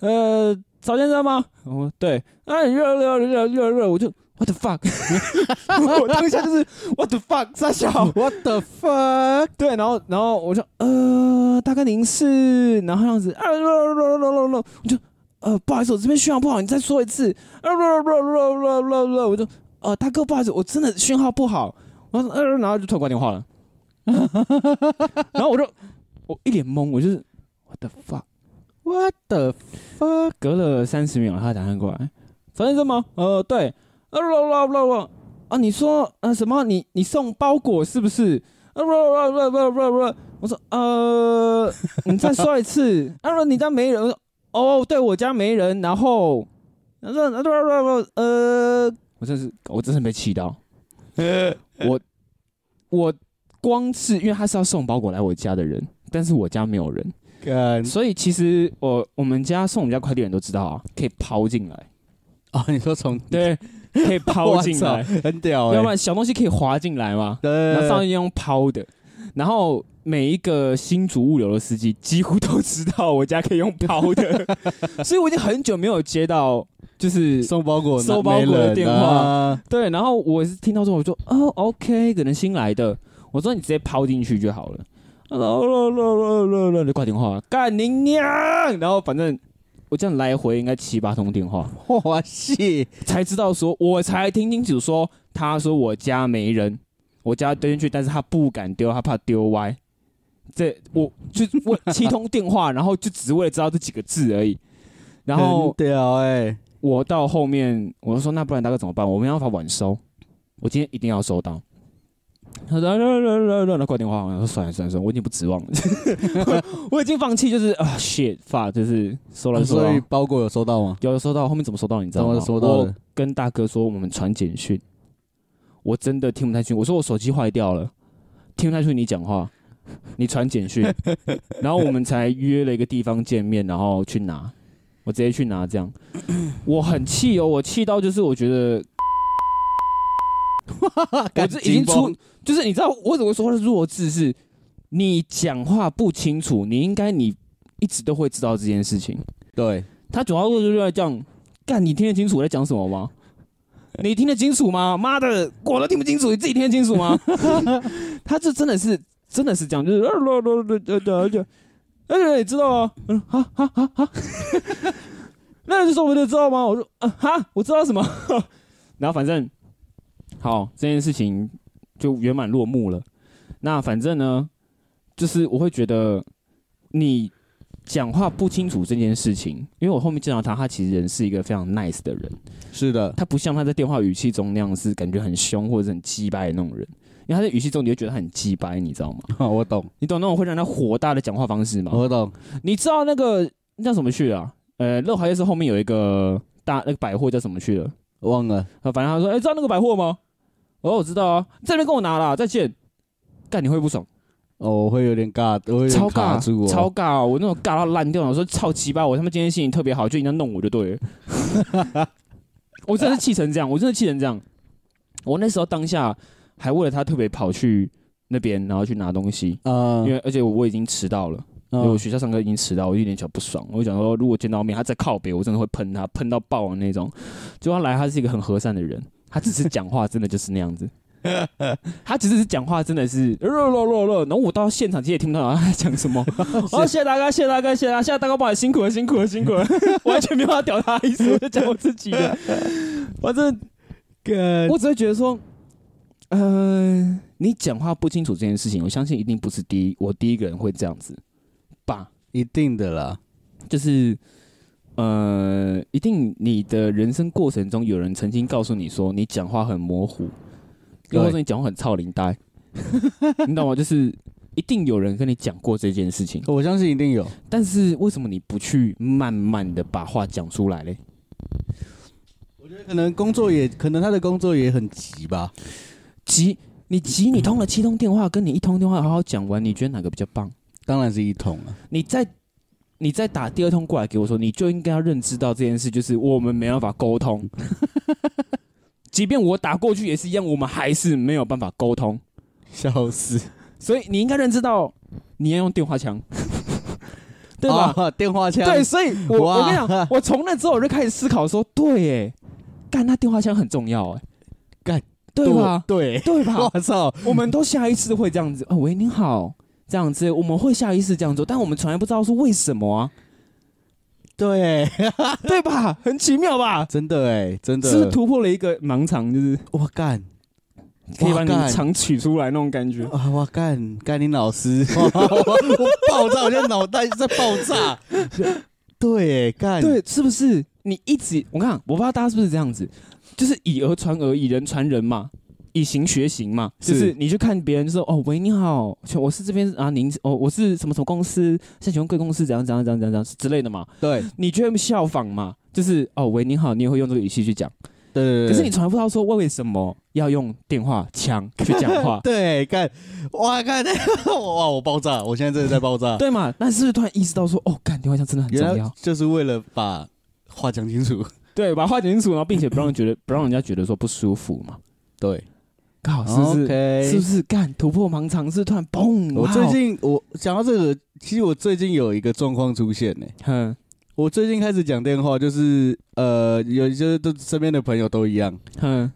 [SPEAKER 2] 呃，曹先生吗？我、哦、对，哎，热热热热热，我就 what the fuck，我 当下就是 what the fuck，傻小，
[SPEAKER 3] What the fuck？
[SPEAKER 2] 对，然后然后我就呃，大概您是，然后这样子，啊，咯咯咯咯咯咯，我就呃，不好意思，我这边讯号不好，你再说一次，啊，咯咯咯咯咯咯，我就呃，大哥，不好意思，我真的讯号不好，然后呃，然后就突然挂电话了，然后我就我一脸懵，我就是 what the fuck。
[SPEAKER 3] What the fuck？
[SPEAKER 2] 隔了三十秒，他打电话过来，陈先生吗？呃，对，呃，啦啦啦啦，啊，你说呃什么？你你送包裹是不是？啊啦啦啦啦啦啦，我说呃，你再说一次。啊啦，你家没人？我说哦，对我家没人。然后，然后啦啦啦，呃，我真是我真是被气到，我我光是因为他是要送包裹来我家的人，但是我家没有人。
[SPEAKER 3] 干
[SPEAKER 2] 所以其实我我们家送我们家快递的人都知道啊，可以抛进来，
[SPEAKER 3] 哦，你说 从
[SPEAKER 2] 对，可以抛进来，
[SPEAKER 3] 哇操很屌哎、
[SPEAKER 2] 要不然小东西可以滑进来嘛。那
[SPEAKER 3] 对，
[SPEAKER 2] 上面用抛的，然后每一个新竹物流的司机几乎都知道我家可以用抛的，所以我已经很久没有接到 就是
[SPEAKER 3] 送包裹
[SPEAKER 2] 收包裹的
[SPEAKER 3] 没人
[SPEAKER 2] 电话
[SPEAKER 3] 啊
[SPEAKER 2] 对，然后我是听到之后我说哦，OK，可能新来的，我说你直接抛进去就好了。啦啦啦啦啦啦，就挂电话，干你娘！然后反正我这样来回应该七八通电话，
[SPEAKER 3] 哇塞，
[SPEAKER 2] 才知道说，我才听清楚说，他说我家没人，我家丢进去，但是他不敢丢，他怕丢歪。这我就我七通电话，然后就只为了知道这几个字而已。然后
[SPEAKER 3] 很屌哎、
[SPEAKER 2] 我到后面，我就说那不然大哥怎么办？我没办法晚收，我今天一定要收到。他说：“啦啦啦啦，那挂电话。”我说：“算了算了算了，我已经不指望了，我已经放弃，就是啊，shit，fuck，就是收了收
[SPEAKER 3] 所
[SPEAKER 2] 了
[SPEAKER 3] 以。包裹有收 到吗？
[SPEAKER 2] 有收到，后面怎么收到你知道吗？
[SPEAKER 3] 怎么收到的，
[SPEAKER 2] 我跟大哥说我们传简讯，我真的听不太清。我说我手机坏掉了，听不太清你讲话，你传简讯，然后我们才约了一个地方见面，然后去拿，我直接去拿这样。我很气哦，我气到就是我觉得我
[SPEAKER 3] 干
[SPEAKER 2] 这已经
[SPEAKER 3] 啊紧绷
[SPEAKER 2] 出，就是你知道我怎么说是弱智是，你讲话不清楚，你应该你一直都会知道这件事情。
[SPEAKER 3] 对，
[SPEAKER 2] 他主要就是在这样，干你听得清楚我在讲什么吗？你听得清楚吗？妈的，我都听不清楚，你自己听得清楚吗？他这真的是真的是这样，就是呃呃呃呃呃呃，而且你知道啊，嗯，哈哈哈哈，那你说我就知道吗？我说啊哈，我知道什么？然后反正好，这件事情就圆满落幕了。那反正呢，就是我会觉得你讲话不清楚这件事情，因为我后面见到他，他其实人是一个非常 nice 的人，
[SPEAKER 3] 是的，
[SPEAKER 2] 他不像他在电话语气中那样是感觉很凶或者很鸡掰的那种人，因为他在语气中你会觉得他很鸡掰，你知道吗？
[SPEAKER 3] 我懂，
[SPEAKER 2] 你懂那种会让他火大的讲话方式吗？
[SPEAKER 3] 我懂，
[SPEAKER 2] 你知道那个那叫什么去啊？呃，乐华夜市后面有一个大那个百货叫什么去了？
[SPEAKER 3] 忘了，
[SPEAKER 2] 啊，反正他说，哎、知道那个百货吗？哦，我知道啊，这边跟我拿啦，再见。干你会不爽，
[SPEAKER 3] 哦，我会有点尬，我会有点
[SPEAKER 2] 超
[SPEAKER 3] 卡
[SPEAKER 2] 尬，
[SPEAKER 3] 住哦，
[SPEAKER 2] 超尬、哦，我那种尬到烂掉了。我说超鸡巴，我他妈今天心情特别好，就你要弄我就对了。 我真的是气成这样，我真的气成这样。我那时候当下还为了他特别跑去那边，然后去拿东西，
[SPEAKER 3] 啊
[SPEAKER 2] 因，为而且我已经迟到了。因为我
[SPEAKER 3] 嗯
[SPEAKER 2] 学校上课已经迟到，我就有点小不爽。我就想说，如果见到面，他再靠北，我真的会喷他，喷到爆的那种。结果他来，他是一个很和善的人，他只是讲话真的就是那样子。他只是讲话真的是呃咯咯咯咯，然后我到现场其实也听不到他在讲什么。哦，谢谢大哥，谢谢大哥，谢谢大哥，谢谢大哥，不好意思，辛苦了，辛苦了，辛苦了，完全没有要屌他的意思，我就讲我自己的。反正
[SPEAKER 3] 干
[SPEAKER 2] 我只会觉得说，呃，你讲话不清楚这件事情，我相信一定不是第一，我第一个人会这样子吧。
[SPEAKER 3] 一定的啦，
[SPEAKER 2] 就是呃，一定你的人生过程中，有人曾经告诉你说你讲话很模糊，又或者
[SPEAKER 3] 对
[SPEAKER 2] 你讲话很操林呆， 你懂吗？就是一定有人跟你讲过这件事情，
[SPEAKER 3] 我相信一定有，
[SPEAKER 2] 但是为什么你不去慢慢的把话讲出来嘞？
[SPEAKER 3] 可能工作也，可能他的工作也很急吧，
[SPEAKER 2] 急，你急，你通了七通电话，跟你一通电话好好讲完，你觉得哪个比较棒？
[SPEAKER 3] 当然是一桶啊，
[SPEAKER 2] 你再你再打第二通过来给我说，你就应该要认知到这件事，就是我们没办法沟 通。即便我打过去也是一样，我们还是没有办法沟通。
[SPEAKER 3] 笑死，
[SPEAKER 2] 所以你应该认知到，你要用电话 墙，对吧？
[SPEAKER 3] 啊？电话枪，
[SPEAKER 2] 对，所以我
[SPEAKER 3] 哇
[SPEAKER 2] 我跟你讲，我从那之后我就开始思考说，对，哎，干那电话墙很重要，哎，
[SPEAKER 3] 干，
[SPEAKER 2] 对吧？
[SPEAKER 3] 对，啊
[SPEAKER 2] 对吧？
[SPEAKER 3] 我操，
[SPEAKER 2] 我们都下意识会这样子，哦，喂，你好，这样子，我们会下意识这样做，但我们从来不知道是为什么啊，
[SPEAKER 3] 对，
[SPEAKER 2] 对吧？很奇妙吧？
[SPEAKER 3] 真的哎，真的，
[SPEAKER 2] 是不是突破了一个盲肠，就是
[SPEAKER 3] 我干，
[SPEAKER 2] 可以把
[SPEAKER 3] 哇
[SPEAKER 2] 你
[SPEAKER 3] 干
[SPEAKER 2] 肠取出来那种感觉。
[SPEAKER 3] 啊！我干干你老师， 我爆炸，我现在脑袋在爆炸。 对，干
[SPEAKER 2] 对，是不是？你一直我看，我不知道大家是不是这样子，就是以讹传讹，以人传人嘛，以形学形嘛，
[SPEAKER 3] 是
[SPEAKER 2] 就是你去看别人说哦，喂，你好，请我是这边啊，您哦，我是什么什么公司，现在请问贵公司怎样怎样怎样怎样怎样之类的嘛，
[SPEAKER 3] 对
[SPEAKER 2] 你就会效仿嘛，就是哦，喂，你好，你也会用这个语气去讲，
[SPEAKER 3] 对对对，，
[SPEAKER 2] 可是你从来不知道说为什么要用电话腔去讲话
[SPEAKER 3] 对干，哇干，哇我爆炸，我现在真的在爆 炸。
[SPEAKER 2] 对嘛？那是不是突然意识到说哦，干电话腔真的很重
[SPEAKER 3] 原
[SPEAKER 2] 要
[SPEAKER 3] 来？就是为了把话讲清楚。
[SPEAKER 2] 对，把话讲清楚，然后并且不让人觉得 不让人家觉得说不舒服嘛。哦
[SPEAKER 3] 对，
[SPEAKER 2] 靠，是不是
[SPEAKER 3] 哦 OK
[SPEAKER 2] 是不是干突破盲肠是突然嘣？
[SPEAKER 3] 我
[SPEAKER 2] 哇哦
[SPEAKER 3] 最，近我讲到这个，其实我最近有一个状况出现呢、
[SPEAKER 2] 哼
[SPEAKER 3] 我最近开始讲电话，就是呃，有一些都身边的朋友都一样。
[SPEAKER 2] 哼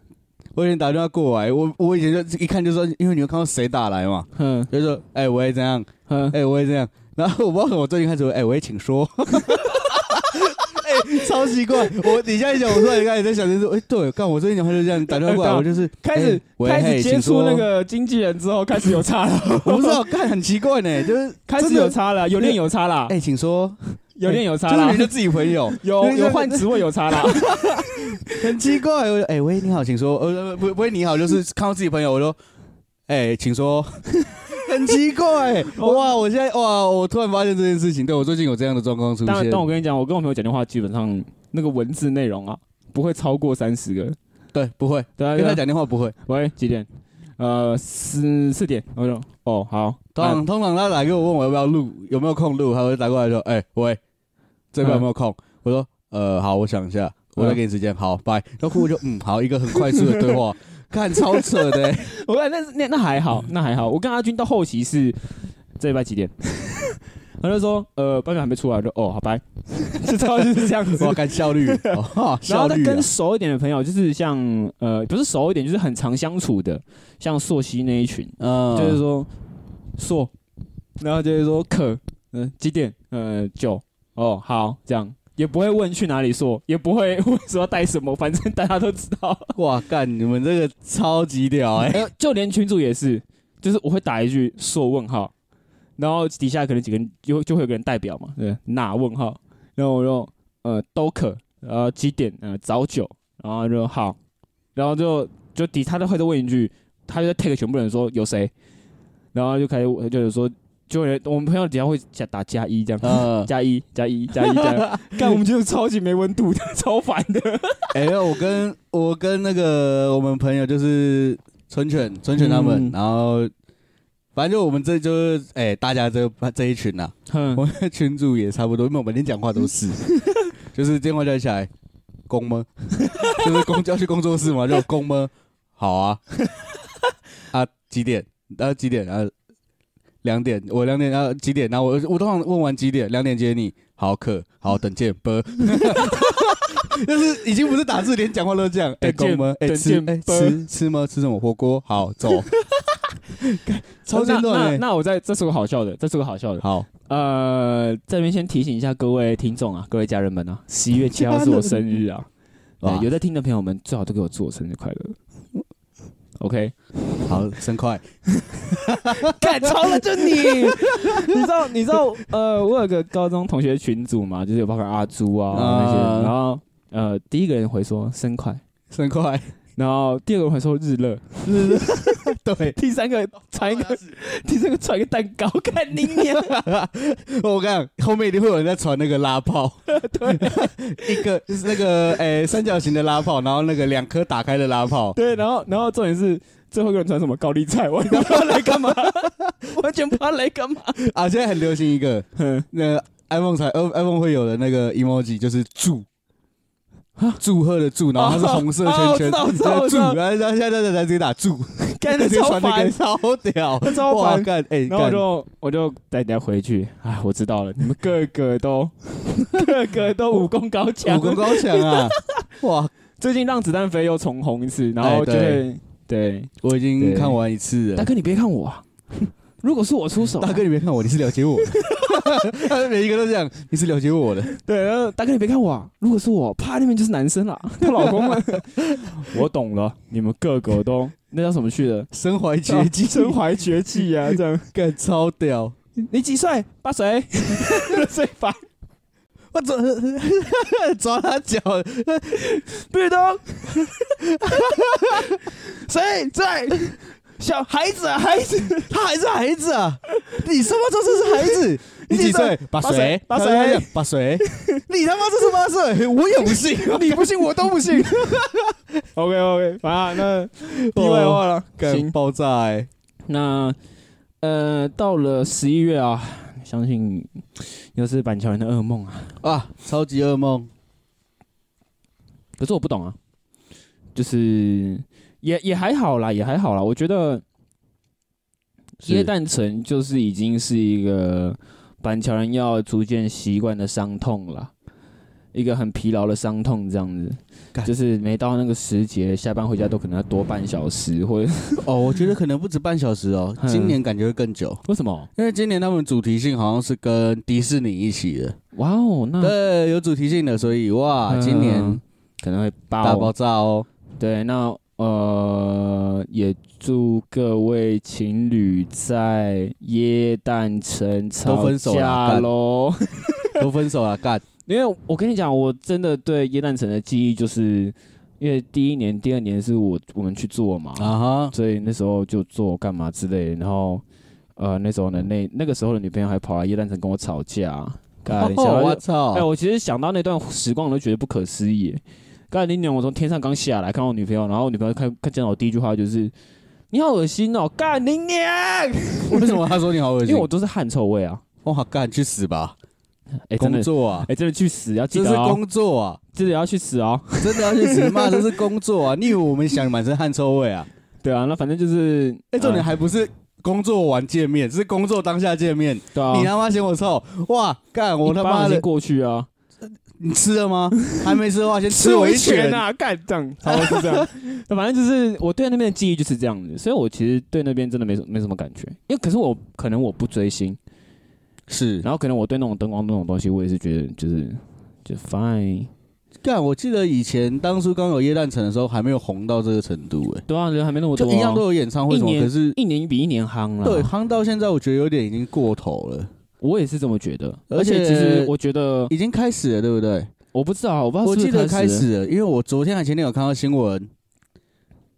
[SPEAKER 3] 我以前打电话过来，我我以前就一看就说，因为你有看到谁打来嘛，
[SPEAKER 2] 哼
[SPEAKER 3] 就说哎、我也这样，
[SPEAKER 2] 哼，
[SPEAKER 3] 哎、我也这样。然后我不知道为什么，我最近开始会哎、我也请说。 哎、超奇怪！我你现在讲，我突然开始在想，就是哎、对，干我最近讲话就这样，打电话过来，我就是
[SPEAKER 2] 啊开始
[SPEAKER 3] 哎喂
[SPEAKER 2] 开
[SPEAKER 3] 嘿
[SPEAKER 2] 始接
[SPEAKER 3] 请
[SPEAKER 2] 触
[SPEAKER 3] 说
[SPEAKER 2] 那个经纪人之后，开始有差 了，
[SPEAKER 3] 我不知道，干很奇怪呢，就是
[SPEAKER 2] 开始
[SPEAKER 3] 真的
[SPEAKER 2] 有差了，有练有差啦
[SPEAKER 3] 哎、，请说，
[SPEAKER 2] 有练有差
[SPEAKER 3] 就是
[SPEAKER 2] 啦
[SPEAKER 3] 人，家自己 朋友，
[SPEAKER 2] 有
[SPEAKER 3] 就是
[SPEAKER 2] 有换职位有差 啦，
[SPEAKER 3] 很奇怪。我就哎、喂，你好，请说。呃，不，不喂，你好，就是看到自己朋友，我说，哎、请说。 很奇怪、哇！我现在哇，我突然发现这件事情，对我最近有这样的状况出
[SPEAKER 2] 但
[SPEAKER 3] 现。
[SPEAKER 2] 但我跟你讲，我跟我朋友讲电话，基本上那个文字内容啊，不会超过三十个。
[SPEAKER 3] 对，不会
[SPEAKER 2] 对啊
[SPEAKER 3] 跟
[SPEAKER 2] 对
[SPEAKER 3] 他
[SPEAKER 2] 啊，
[SPEAKER 3] 讲电话不会。
[SPEAKER 2] 喂，几点？呃，四四点。我说，哦，好，
[SPEAKER 3] 通
[SPEAKER 2] 啊
[SPEAKER 3] 常通常他打给我问我要不要录，有没有空录，他会打过来说，哎、喂，这边有没有空？我说，呃，好，我想一下，我再给你时间。好，拜。然后我就嗯，好，一个很快速的对 话，看超扯的、欸。
[SPEAKER 2] 我哎看那是那那还好，那还好。我跟阿军到后期是这礼拜 几点？他就说呃，班长还没出来，我就哦，好 拜，就差不多就是这样子
[SPEAKER 3] 哇，。看效 率，哦、
[SPEAKER 2] 然
[SPEAKER 3] 效
[SPEAKER 2] 后再
[SPEAKER 3] 率、啊
[SPEAKER 2] 跟。熟一点的朋友，就是像呃，不是熟一点，就是很常相处的，像朔溪那一群，
[SPEAKER 3] 嗯
[SPEAKER 2] 就是说朔，然后就是说可，嗯、几点？呃，九，哦，好，这样也不会问去哪里朔，也不会问说要带什么，反正大家都知道。
[SPEAKER 3] 哇，干，你们这个超级屌哎、
[SPEAKER 2] 呃， 就连群主也是，就是我会打一句说问号，然后底下可能几个人就就会有个人代表嘛， 对，那问号，然后我就呃都可，呃几点，呃早九，然后就好，然后就就底他都会再问一句，他就在 take 全部人说有谁，然后就开始就是说，就有人我们朋友底下会加打加一这样。
[SPEAKER 3] 呃，
[SPEAKER 2] 加一加一加一加一， 干我们就是超级没温度的，超烦 的。
[SPEAKER 3] 哎、我跟我跟那个我们朋友就是春犬，春犬他们，
[SPEAKER 2] 嗯
[SPEAKER 3] 然后反正就我们这就是哎、大家这这一群呐、啊，
[SPEAKER 2] 嗯
[SPEAKER 3] 我们的群主也差不多，因为我们连讲话 都是，就是电话叫起来，公吗？ 就是公要去工作室嘛，就公吗？好 啊，啊几点？啊几点？啊两点，我两点啊几点？然后我我通常问完几点，两点接你，好可好等见 啵。就是已经不是打字，连讲话都这样。哎，
[SPEAKER 2] 等见
[SPEAKER 3] 公吗？哎
[SPEAKER 2] 等
[SPEAKER 3] 吃
[SPEAKER 2] 见
[SPEAKER 3] 哎
[SPEAKER 2] 啵
[SPEAKER 3] 吃吃吗？吃什么火锅？好走，干超级
[SPEAKER 2] 那
[SPEAKER 3] 乱
[SPEAKER 2] 那
[SPEAKER 3] 欸
[SPEAKER 2] 那我再这是个好笑的，这是个好笑的。
[SPEAKER 3] 好，
[SPEAKER 2] 呃，这边先提醒一下各位听众啊，各位家人们啊，十一月七号是我生日 啊，
[SPEAKER 3] 哇
[SPEAKER 2] 对，有在听的朋友们最好都给我祝我生日快乐。OK，
[SPEAKER 3] 好生快。
[SPEAKER 2] 干超了就你， 你知道你知道呃，我有个高中同学群组嘛，就是有包括阿朱啊、
[SPEAKER 3] 啊
[SPEAKER 2] 那些，然后呃，第一个人回说生快，
[SPEAKER 3] 生快，
[SPEAKER 2] 然后第二个人回说日乐，
[SPEAKER 3] 是， 对，
[SPEAKER 2] 第三个传一 个，第三个传一个蛋 糕，看你娘，
[SPEAKER 3] 我跟你讲，后面一定会有人在传那个拉炮， 对， 一个就是那个诶、三角形的拉炮，然后那个两颗打开的拉炮，
[SPEAKER 2] 对，然后然后重点是最后一个人传什么高丽菜，我也 不知道来干嘛，完全不知道来干嘛。
[SPEAKER 3] 啊，现在很流行 一个，
[SPEAKER 2] 嗯
[SPEAKER 3] 那个 iPhone 才呃 iPhone 会有的那个 emoji 就是祝。祝贺的祝，然后它是红色圈圈，
[SPEAKER 2] 啊我知道我知
[SPEAKER 3] 祝，
[SPEAKER 2] 道我知道
[SPEAKER 3] 然后现在在在直接打祝，
[SPEAKER 2] 干
[SPEAKER 3] 直
[SPEAKER 2] 的
[SPEAKER 3] 接
[SPEAKER 2] 超
[SPEAKER 3] 传那
[SPEAKER 2] 烦
[SPEAKER 3] 个，超屌，
[SPEAKER 2] 超
[SPEAKER 3] 哇
[SPEAKER 2] 烦。
[SPEAKER 3] 干哎，
[SPEAKER 2] 然后我
[SPEAKER 3] 干
[SPEAKER 2] 就我就带大家回去，哎，我知道了，你们 个个都个个都武功高强，
[SPEAKER 3] 武功高强啊！哇，
[SPEAKER 2] 最近让子弹飞又重红一次，然后
[SPEAKER 3] 哎
[SPEAKER 2] 就
[SPEAKER 3] 对
[SPEAKER 2] 会对
[SPEAKER 3] 我已经看完一次
[SPEAKER 2] 大
[SPEAKER 3] 了。
[SPEAKER 2] 哥你别看我啊， 如果是我出手啊，
[SPEAKER 3] 大哥，你别看我，你是了解 我的，每一个都这样，你是了解我的。
[SPEAKER 2] 对，然后大哥你别看我啊，如果是我，啪那边就是男 生啦，啊她老公了，我懂了，你们个个都 那叫什么去的？
[SPEAKER 3] 身怀绝技，
[SPEAKER 2] 身怀绝技啊，这样。
[SPEAKER 3] 感超屌。
[SPEAKER 2] 你几岁？八岁，最烦。
[SPEAKER 3] 我抓 抓他脚，
[SPEAKER 2] 壁 咚，谁在？小孩子啊，孩子，
[SPEAKER 3] 他还是孩子啊！你他妈这是孩子？ 你几岁？八岁，
[SPEAKER 2] 八岁
[SPEAKER 3] 他就这样？八 岁？你他妈这是八岁？我也不 信。
[SPEAKER 2] 你不信我都不信。OK OK，啊，那题外话了，
[SPEAKER 3] 干
[SPEAKER 2] 行。
[SPEAKER 3] 爆炸哎！
[SPEAKER 2] 那呃，到了十一月啊，相信又是板桥人的噩梦啊。
[SPEAKER 3] 啊，超级噩梦。
[SPEAKER 2] 可是我不懂啊，就是也也还好啦，也还好啦。我觉得耶
[SPEAKER 3] 是
[SPEAKER 2] 诞城就是已经是一个板桥人要逐渐习惯的伤痛了，一个很疲劳的伤痛，这样子
[SPEAKER 3] 干。
[SPEAKER 2] 就是每到那个时节，下班回家都可能要多半小时，或者
[SPEAKER 3] 哦，我觉得可能不止半小时 哦，
[SPEAKER 2] 嗯
[SPEAKER 3] 今年感觉会更久。
[SPEAKER 2] 为什么？
[SPEAKER 3] 因为今年他们主题性好像是跟迪士尼一起的，
[SPEAKER 2] 哇哦，
[SPEAKER 3] 嗯
[SPEAKER 2] 那
[SPEAKER 3] 对，有主题性的，所以哇，今年
[SPEAKER 2] 嗯可能会爆
[SPEAKER 3] 大爆炸 哦。
[SPEAKER 2] 对，那呃，也祝各位情侣在耶诞城
[SPEAKER 3] 都
[SPEAKER 2] 吵
[SPEAKER 3] 分手啦
[SPEAKER 2] 架
[SPEAKER 3] 干
[SPEAKER 2] 喽。
[SPEAKER 3] 都分手了，干
[SPEAKER 2] 因为我跟你讲，我真的对耶诞城的记忆，就是因为第一年、第二年是我我们去做嘛，
[SPEAKER 3] 啊哈，
[SPEAKER 2] 所以那时候就做干嘛之类的。然后呃，那时候呢，那那个时候的女朋友还跑来耶诞城跟我吵架，干，你想
[SPEAKER 3] 哦
[SPEAKER 2] 到就
[SPEAKER 3] 我
[SPEAKER 2] 哎、
[SPEAKER 3] 操，
[SPEAKER 2] 我其实想到那段时光，我都觉得不可思议耶。刚才林鸟，我从天上刚下来，看到我女朋友，然后我女朋友看看见我第一句话就是：“你好恶心哦，干林鸟！”
[SPEAKER 3] 为什么他说你好恶
[SPEAKER 2] 因为
[SPEAKER 3] 心？
[SPEAKER 2] 我都是汗臭味啊。
[SPEAKER 3] 哇，干去死吧，
[SPEAKER 2] 哎、真的
[SPEAKER 3] 工，作啊
[SPEAKER 2] 哎、，真的去死，要记
[SPEAKER 3] 这
[SPEAKER 2] 得
[SPEAKER 3] 是
[SPEAKER 2] 哦，
[SPEAKER 3] 工作啊，
[SPEAKER 2] 真的要去死哦。
[SPEAKER 3] 真的要去死 骂，这是工作啊。你以为我们想满身汗臭味啊？
[SPEAKER 2] 对啊，那反正就是，
[SPEAKER 3] 哎，重点
[SPEAKER 2] 呃
[SPEAKER 3] 还不是工作完见面，是工作当下见面。
[SPEAKER 2] 对啊，
[SPEAKER 3] 你他妈嫌我臭，哇，干我
[SPEAKER 2] 一
[SPEAKER 3] 他
[SPEAKER 2] 巴掌
[SPEAKER 3] 妈
[SPEAKER 2] 先
[SPEAKER 3] 的，
[SPEAKER 2] 过去啊，
[SPEAKER 3] 你吃 了吗？还没吃的话，先吃我一拳！
[SPEAKER 2] 啊，干这样，差不多是这 样。那反正就是我对那边的记忆就是这样子，所以我其实对那边真的没什没什么感觉，因为可是我可能我不追星，
[SPEAKER 3] 是，
[SPEAKER 2] 然后可能我对那种灯光那种东西，我也是觉得就是就 fine。
[SPEAKER 3] 干，我记得以前当初刚有耶诞城的时候，还没有红到这个程度、欸，
[SPEAKER 2] 对啊，人还没那么多、
[SPEAKER 3] 就
[SPEAKER 2] 啊，
[SPEAKER 3] 一样都有演唱会什么
[SPEAKER 2] 一，年
[SPEAKER 3] 可是
[SPEAKER 2] 一年比一年夯了。啊
[SPEAKER 3] 对，夯到现在，我觉得有点已经过头了，
[SPEAKER 2] 我也是这么觉得。
[SPEAKER 3] 而
[SPEAKER 2] 而且
[SPEAKER 3] 且
[SPEAKER 2] 其实我觉得，
[SPEAKER 3] 已经开始了，对不对？
[SPEAKER 2] 我不知道，啊我不知道
[SPEAKER 3] 我
[SPEAKER 2] 是不
[SPEAKER 3] 记
[SPEAKER 2] 哦是
[SPEAKER 3] 得
[SPEAKER 2] 开
[SPEAKER 3] 开
[SPEAKER 2] 始了
[SPEAKER 3] 始了，因为我昨天还前天有看到新闻，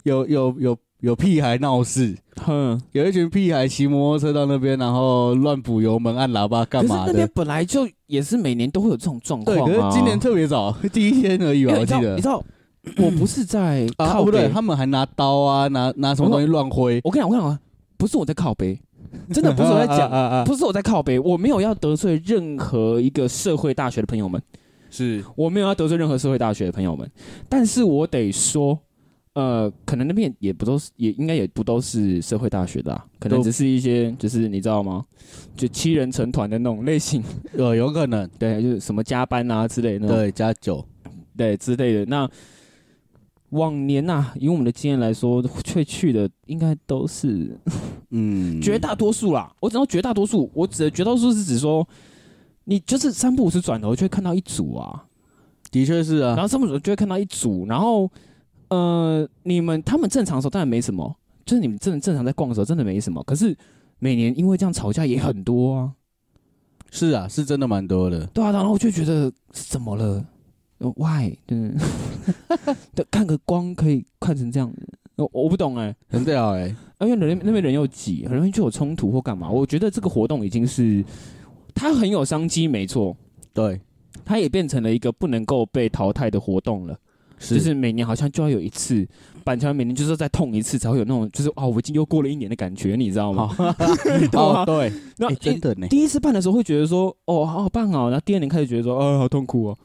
[SPEAKER 3] 有有有有屁孩闹事，
[SPEAKER 2] 哼，
[SPEAKER 3] 有一群屁孩骑摩托车到那边，然后乱补油门、按喇叭干
[SPEAKER 2] 可是
[SPEAKER 3] 嘛
[SPEAKER 2] 那边
[SPEAKER 3] 的。
[SPEAKER 2] 本来就也是每年都会有这种状况
[SPEAKER 3] 对，
[SPEAKER 2] 啊。
[SPEAKER 3] 可是今年特别早，第一天而已
[SPEAKER 2] 因
[SPEAKER 3] 吧，
[SPEAKER 2] 为你
[SPEAKER 3] 我
[SPEAKER 2] 知
[SPEAKER 3] 记
[SPEAKER 2] 道，
[SPEAKER 3] 得
[SPEAKER 2] 你知。道，我哦不是 在
[SPEAKER 3] 啊，
[SPEAKER 2] 靠
[SPEAKER 3] 不对，
[SPEAKER 2] 北，
[SPEAKER 3] 他们还拿刀啊，拿拿什么东西乱挥。
[SPEAKER 2] 我跟你讲，我跟你讲啊，不是我在靠北，真的不是我在 讲，
[SPEAKER 3] 啊啊啊啊
[SPEAKER 2] 不是我在靠北，我没有要得罪任何一个社会大学的朋友们。
[SPEAKER 3] 是
[SPEAKER 2] 我没有要得罪任何社会大学的朋友们，但是我得说，呃，可能那边也不都是，也应该也不都是社会大学的、啊，可能
[SPEAKER 3] 都
[SPEAKER 2] 只是一些就是你知道吗？就七人成团的那种类型，
[SPEAKER 3] 有呃有可能，
[SPEAKER 2] 对，就是什么加班啊之类的那种，
[SPEAKER 3] 对，加九，
[SPEAKER 2] 对之类的。那往年呐、以我们的经验来说，会去的应该都是
[SPEAKER 3] 嗯，
[SPEAKER 2] 绝大多数啦。我只要绝大多数，我指的绝大多数是指说，你就是三不五时转头就会看到一组啊。
[SPEAKER 3] 的确是
[SPEAKER 2] 然
[SPEAKER 3] 啊，
[SPEAKER 2] 后上面就会看到一组，然后呃，你们他们正常的时候当然没什么，就是你们正正常在逛的时候真的没什么，可是每年因为这样吵架也很多啊，
[SPEAKER 3] 是啊，是真的蛮多的。
[SPEAKER 2] 对啊，然后我就觉得是怎么了呃？Why？嗯，对， 看个光可以看成这样子，我我不懂哎、
[SPEAKER 3] 很屌哎、
[SPEAKER 2] 啊因为人那边人又挤，很容易就有冲突或干嘛。我觉得这个活动已经是它很有商机，没错，
[SPEAKER 3] 对，
[SPEAKER 2] 它也变成了一个不能够被淘汰的活动了。
[SPEAKER 3] 是
[SPEAKER 2] 就是每年好像就要有一次，板桥每年就是要再痛一次，才会有那种就是哦，我已经又过了一年的感觉，你知道 吗？
[SPEAKER 3] 哦，对，
[SPEAKER 2] 那
[SPEAKER 3] 哎真的呢，
[SPEAKER 2] 第一次办的时候会觉得说哦，好好棒哦，然后第二年开始觉得说哦，好痛苦哦，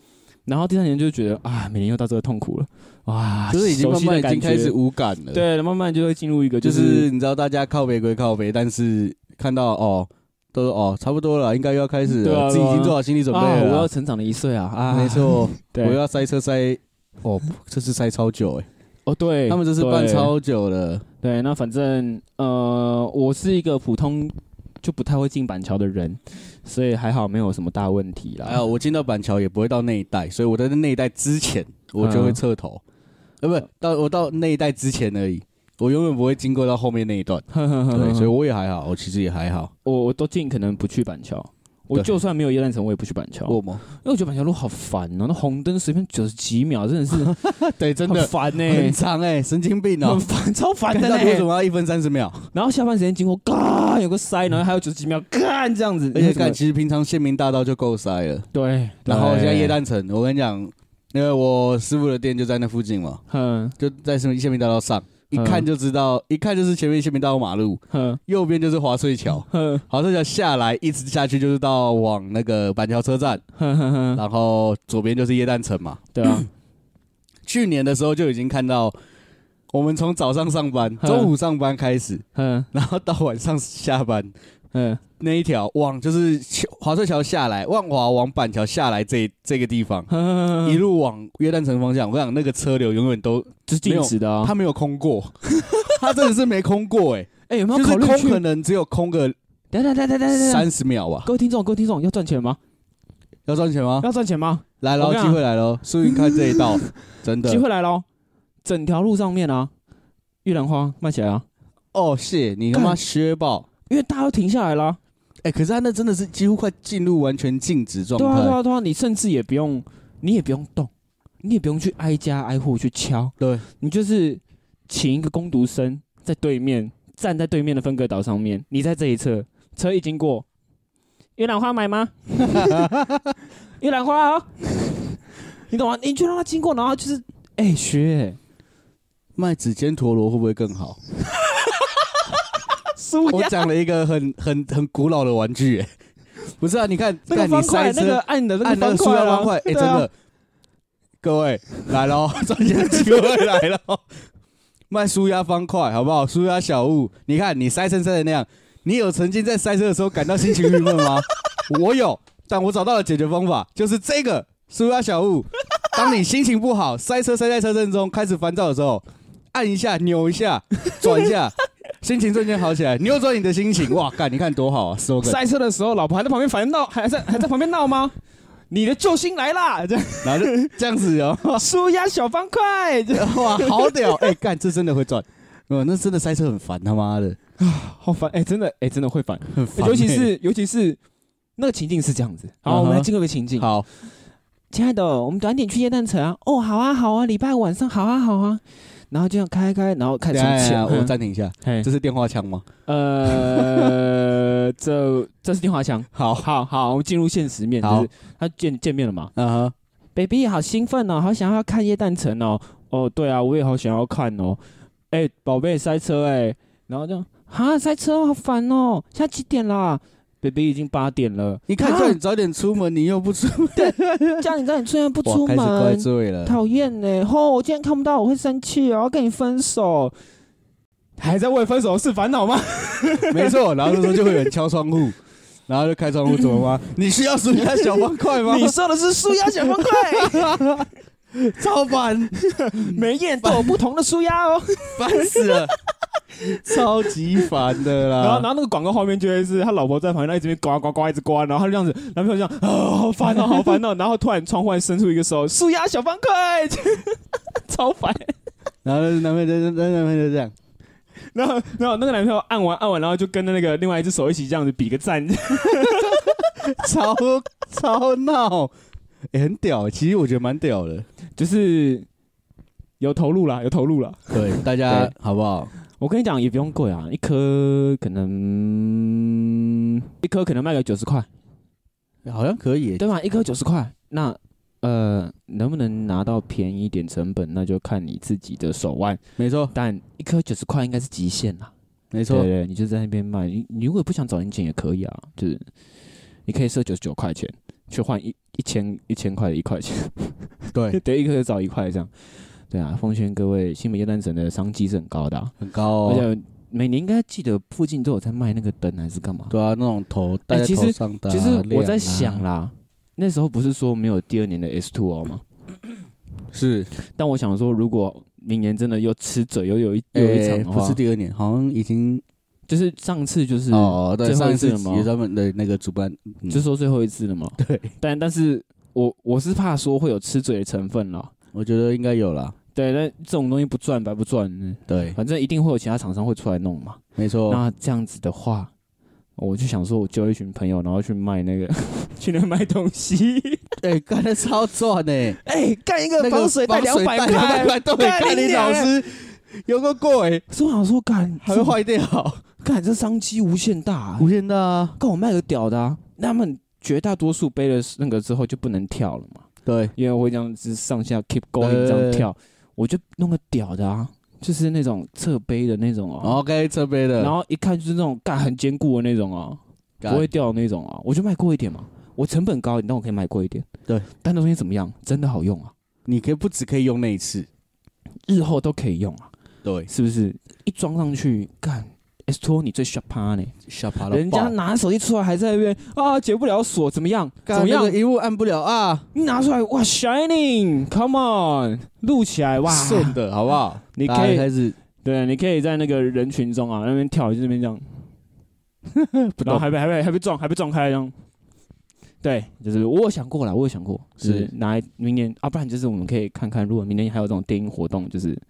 [SPEAKER 2] 然后第三年就觉得啊，每年又到这个痛苦了，哇，
[SPEAKER 3] 就是已经
[SPEAKER 2] 熟
[SPEAKER 3] 慢
[SPEAKER 2] 悉的
[SPEAKER 3] 慢已
[SPEAKER 2] 感
[SPEAKER 3] 经
[SPEAKER 2] 觉
[SPEAKER 3] 开始无感了。，
[SPEAKER 2] 对，慢慢就会进入一个
[SPEAKER 3] 就
[SPEAKER 2] 就是是
[SPEAKER 3] 你知道大家靠北归靠北，但是看到哦，都哦差不多了，应该又要开始
[SPEAKER 2] 对啊
[SPEAKER 3] 了，自己已经做好心理准备
[SPEAKER 2] 啊，我
[SPEAKER 3] 了
[SPEAKER 2] 要
[SPEAKER 3] 啊。
[SPEAKER 2] 成长了一岁啊啊，
[SPEAKER 3] 没，错，我
[SPEAKER 2] 对，
[SPEAKER 3] 要塞车塞
[SPEAKER 2] 哦
[SPEAKER 3] 这次塞超久哎、
[SPEAKER 2] 哦，对，
[SPEAKER 3] 他们这次
[SPEAKER 2] 对
[SPEAKER 3] 办超久了，
[SPEAKER 2] 对，那反正呃，我是一个普通就不太会进板桥的人，所以还好没有什么大问题啦。
[SPEAKER 3] 还哎有我进到板桥也不会到那一带，所以我在那一带之前我就会侧头，呃、
[SPEAKER 2] 嗯
[SPEAKER 3] 不到我到那一带之前而已，我永远不会经过到后面那 一段，对，所以我也还好，我其实也还好，
[SPEAKER 2] 我我都尽可能不去板桥，我
[SPEAKER 3] 对
[SPEAKER 2] 就算没有夜烂城，我也不去板桥，
[SPEAKER 3] 我 吗？
[SPEAKER 2] 因为我觉得板桥路好烦哦、那红灯随便九十几秒，真的 是
[SPEAKER 3] 对，真的
[SPEAKER 2] 很烦呢、
[SPEAKER 3] 很长哎、神经 病哦、
[SPEAKER 2] 很烦，欸超烦
[SPEAKER 3] 看
[SPEAKER 2] 的
[SPEAKER 3] 到底为什
[SPEAKER 2] 嘞。
[SPEAKER 3] 么要一分三 十秒？
[SPEAKER 2] 然后下班时间经过，嘎，有个塞，然后还有九十几秒，干这样子，
[SPEAKER 3] 而且
[SPEAKER 2] 你怎么
[SPEAKER 3] 干，其实平常县民大道就够塞了，
[SPEAKER 2] 对，
[SPEAKER 3] 然后
[SPEAKER 2] 对
[SPEAKER 3] 现在夜，蛋城，我跟你讲，因为我师傅的店就在那附近嘛，
[SPEAKER 2] 哼
[SPEAKER 3] 就在什么县民大道上，一
[SPEAKER 2] 嗯
[SPEAKER 3] 看就知道，一看就是前面县民大道马路，
[SPEAKER 2] 哼
[SPEAKER 3] 右边就是华翠桥，
[SPEAKER 2] 哼
[SPEAKER 3] 华翠桥下来一直下去就是到往那个板桥车站，
[SPEAKER 2] 哼哼哼，
[SPEAKER 3] 然后左边就是夜蛋城嘛。
[SPEAKER 2] 对啊，
[SPEAKER 3] 去年的时候就已经看到，我们从早上上班，
[SPEAKER 2] 嗯
[SPEAKER 3] 中午上班开始，
[SPEAKER 2] 哼
[SPEAKER 3] 然后到晚上下班，
[SPEAKER 2] 哼
[SPEAKER 3] 那一条往就是华翠桥下来，万华往板桥下来这一这个地方，
[SPEAKER 2] 哼，
[SPEAKER 3] 一路往约旦城方向，我跟你讲那个车流永远都
[SPEAKER 2] 就是静止的啊
[SPEAKER 3] 他。没有空过， 他真的是没空过哎、
[SPEAKER 2] 哎，有没
[SPEAKER 3] 就
[SPEAKER 2] 有
[SPEAKER 3] 是
[SPEAKER 2] 考虑去哎
[SPEAKER 3] 空可？能只有空个
[SPEAKER 2] 等等等等等等等，
[SPEAKER 3] 三十秒吧。
[SPEAKER 2] 各位听众，各位听众，要赚钱吗？
[SPEAKER 3] 要赚钱吗？
[SPEAKER 2] 要赚钱吗？
[SPEAKER 3] 来
[SPEAKER 2] 我
[SPEAKER 3] 喽，
[SPEAKER 2] 跟你
[SPEAKER 3] 机
[SPEAKER 2] 讲
[SPEAKER 3] 会来喽！苏云看这一 道，真的
[SPEAKER 2] 机会来喽！整条路上面啊，玉兰花卖起来啊，
[SPEAKER 3] 哦，谢你他妈
[SPEAKER 2] 干
[SPEAKER 3] 削爆！
[SPEAKER 2] 因为大家都停下来啦。
[SPEAKER 3] 哎、可是他那真的是几乎快进入完全静止状
[SPEAKER 2] 对啊，对
[SPEAKER 3] 态。
[SPEAKER 2] 啊，对啊，你甚至也不用，你也不用动，你也不用去挨家挨户去敲，
[SPEAKER 3] 对，
[SPEAKER 2] 你就是请一个工读生在对面站在对面的分隔岛上面，你在这一侧，车一经过，玉兰花买 吗？玉兰花哦，你懂吗？你就让他经过，然后就是哎、学
[SPEAKER 3] 卖指尖陀螺会不会更好？
[SPEAKER 2] 苏
[SPEAKER 3] 我讲了一个很很很古老的玩具、哎，不是啊？你看，
[SPEAKER 2] 那个
[SPEAKER 3] 看你
[SPEAKER 2] 方块，
[SPEAKER 3] 塞
[SPEAKER 2] 那个
[SPEAKER 3] 车，
[SPEAKER 2] 按的那
[SPEAKER 3] 按
[SPEAKER 2] 个
[SPEAKER 3] 那
[SPEAKER 2] 方
[SPEAKER 3] 个塑
[SPEAKER 2] 块
[SPEAKER 3] 料
[SPEAKER 2] 啊
[SPEAKER 3] 方块，哎、
[SPEAKER 2] 对
[SPEAKER 3] 真
[SPEAKER 2] 啊
[SPEAKER 3] 的，各位来喽， 赚钱的机会来喽，卖舒压方块好不好？舒压小物，你看你塞成塞成那样，你有曾经在塞车的时候感到心情郁闷吗？ 我有，但我找到了解决方法，就是这个舒压小物。当你心情不好，塞车塞在车阵中开始烦躁的时候，按一下，扭一下，转一下，心情瞬间好起来，扭转你的心情。哇，干，你看多好啊，slogan。
[SPEAKER 2] 塞车的时候，老婆还在旁边烦闹，还在还在旁边闹吗？ 你的救星来啦！这样
[SPEAKER 3] 然后就这样子哦。
[SPEAKER 2] 舒压小方块，这样
[SPEAKER 3] 哇，好屌！哎、干，这真的会赚。哦，那真的塞车很烦，他妈的，
[SPEAKER 2] 好烦哎、真的哎、真的会烦，
[SPEAKER 3] 很烦欸、
[SPEAKER 2] 哎尤其是尤其是那个情境是这样子。 好，
[SPEAKER 3] 嗯哼
[SPEAKER 2] 我们来进入一个情境。
[SPEAKER 3] 好，
[SPEAKER 2] 亲爱的，我们短点去夜蛋城啊！哦，好啊，好啊，礼拜五晚上好啊，好啊。然后这样开开，然后开
[SPEAKER 3] 等
[SPEAKER 2] 始
[SPEAKER 3] 一下等一下
[SPEAKER 2] 前，
[SPEAKER 3] 我暂停一下，
[SPEAKER 2] 嘿
[SPEAKER 3] 这是电话枪吗？
[SPEAKER 2] 呃， 这这是电话箱。
[SPEAKER 3] 好，
[SPEAKER 2] 好好，我们进入现实面，就
[SPEAKER 3] 好
[SPEAKER 2] 是他见见面了嘛？
[SPEAKER 3] 啊哈，
[SPEAKER 2] baby 好兴奋哦，好想要看夜蛋城哦。哦，对啊，我也好想要看哦。哎、宝贝，塞车哎、然后就哈塞车好烦哦。现在几点啦？baby 已经八点了。
[SPEAKER 3] 你看
[SPEAKER 2] 啊
[SPEAKER 3] 叫你早点出门，你又不出门，
[SPEAKER 2] 叫你叫你居然不
[SPEAKER 3] 哇
[SPEAKER 2] 出
[SPEAKER 3] 开始怪
[SPEAKER 2] 门，
[SPEAKER 3] 罪了。
[SPEAKER 2] 讨厌呢。吼、我今天看不到，我会生气哦，要跟你分手。还在为分手是烦恼吗？
[SPEAKER 3] 没错，然后这时候就会有人敲窗户，然后就开窗户，怎么吗？你需要暑假小方块吗？
[SPEAKER 2] 你说的是舒压小方块，
[SPEAKER 3] 超烦，
[SPEAKER 2] 每一眼都有不同的舒压哦。
[SPEAKER 3] 烦死了，超级烦的
[SPEAKER 2] 然后，然
[SPEAKER 3] 啦。
[SPEAKER 2] 后那个广告画面就会是他老婆在旁边，他一直边呱呱呱一直呱，然后他就这样子，男朋友这样啊、好烦哦，好烦哦。然后突然窗户外伸出一个手，树压小方块， 超烦。
[SPEAKER 3] 然后男朋友就男朋友就这样，
[SPEAKER 2] 然后，然后那个男朋友按完按完，然后就跟着那个另外一只手一起这样子比个赞，
[SPEAKER 3] 超超闹，哎、很屌，其实我觉得蛮屌的。
[SPEAKER 2] 就是有投入啦，有投入啦。
[SPEAKER 3] 对，大家
[SPEAKER 2] 对
[SPEAKER 3] 好不好？
[SPEAKER 2] 我跟你讲，也不用贵啊，一颗可能一颗可能卖个九十块，
[SPEAKER 3] 好像可以，
[SPEAKER 2] 对吧？一颗九十块，那呃，能不能拿到便宜一点成本，那就看你自己的手腕。
[SPEAKER 3] 没错，
[SPEAKER 2] 但一颗九十块应该是极限啦。
[SPEAKER 3] 没
[SPEAKER 2] 对
[SPEAKER 3] 错，
[SPEAKER 2] 对，你就在那边卖。你你如果不想找零钱也可以啊，就是你可以设九十九块钱去换一一千一千块的一块钱，
[SPEAKER 3] 对，
[SPEAKER 2] 得一颗就找一块这样。对啊，奉劝各位新北夜单城的商机是很高的、啊，
[SPEAKER 3] 很高
[SPEAKER 2] 而
[SPEAKER 3] 哦。
[SPEAKER 2] 且每年应该记得附近都有在卖那个灯还是干嘛？
[SPEAKER 3] 对啊，那种头戴在
[SPEAKER 2] 哎其实
[SPEAKER 3] 头上的啊、
[SPEAKER 2] 其实我在
[SPEAKER 3] 亮啊
[SPEAKER 2] 想啦，那时候不是说没有第二年的 S Two O 吗？
[SPEAKER 3] 是
[SPEAKER 2] 但我想说，如果明年真的又吃嘴又有一又有一场
[SPEAKER 3] 哎
[SPEAKER 2] 的
[SPEAKER 3] 不
[SPEAKER 2] 话，
[SPEAKER 3] 是第二年，好像已经
[SPEAKER 2] 就是上次就是、
[SPEAKER 3] 哦，对，
[SPEAKER 2] 最后
[SPEAKER 3] 上
[SPEAKER 2] 一
[SPEAKER 3] 一
[SPEAKER 2] 次
[SPEAKER 3] 次
[SPEAKER 2] 了吗
[SPEAKER 3] 也他们的那个主办，嗯
[SPEAKER 2] 就说最后一次了嘛。
[SPEAKER 3] 对，
[SPEAKER 2] 但但是我我是怕说会有吃嘴的成分啦。
[SPEAKER 3] 我觉得应该有啦。
[SPEAKER 2] 对，但这种东西不赚白不赚，嗯
[SPEAKER 3] 对，
[SPEAKER 2] 反正一定会有其他厂商会出来弄嘛。
[SPEAKER 3] 没错，
[SPEAKER 2] 那这样子的话，我就想说，我揪一群朋友，然后去卖那个， 去那卖东西。
[SPEAKER 3] 哎，干的超赚呢，
[SPEAKER 2] 哎、干一个200
[SPEAKER 3] 那个防水200块，对，
[SPEAKER 2] 干
[SPEAKER 3] 干
[SPEAKER 2] 你
[SPEAKER 3] 你老
[SPEAKER 2] 娘
[SPEAKER 3] 师有个贵，
[SPEAKER 2] 所以我想说，干
[SPEAKER 3] 还会坏掉，
[SPEAKER 2] 干这商机无限大、啊，
[SPEAKER 3] 无限大啊，
[SPEAKER 2] 干我卖个屌的、啊。那他们绝大多数背了那个之后就不能跳了嘛，
[SPEAKER 3] 对，
[SPEAKER 2] 因为我会这样子上下 keep going
[SPEAKER 3] 对
[SPEAKER 2] 这样跳，我就弄个屌的啊，就是那种侧背的那种哦、
[SPEAKER 3] 然后该车杯的，
[SPEAKER 2] 然后一看就是那种干很坚固的那种哦、
[SPEAKER 3] 干
[SPEAKER 2] 不会掉的那种啊，我就卖贵一点嘛。我成本高，但我可以卖贵一点。
[SPEAKER 3] 对，
[SPEAKER 2] 但那东西怎么样？真的好用啊，
[SPEAKER 3] 你可以不只可以用那一次，
[SPEAKER 2] 日后都可以用啊，
[SPEAKER 3] 对，
[SPEAKER 2] 是不是？一装上去，干 S t o 你最 sharp 趴呢？
[SPEAKER 3] 下爬到
[SPEAKER 2] 人家
[SPEAKER 3] 爆
[SPEAKER 2] 拿手机出来还在那边啊，解不了锁，怎么样？怎
[SPEAKER 3] 干
[SPEAKER 2] 么样
[SPEAKER 3] 那个？一幕按不了啊，
[SPEAKER 2] 你拿出来，哇，shining，come on，录起来，哇，
[SPEAKER 3] 顺的好不好？
[SPEAKER 2] 你
[SPEAKER 3] 大家
[SPEAKER 2] 可以
[SPEAKER 3] 开始
[SPEAKER 2] 对，你可以在那个人群中啊，那边跳，就那边这样，
[SPEAKER 3] 不
[SPEAKER 2] 然后
[SPEAKER 3] 懂
[SPEAKER 2] 还被还被还被撞，还被撞开这样。对，就是我有想过了，我有想过，
[SPEAKER 3] 是
[SPEAKER 2] 就是拿来明年啊，不然就是我们可以看看，如果明年还有这种电音活动，就是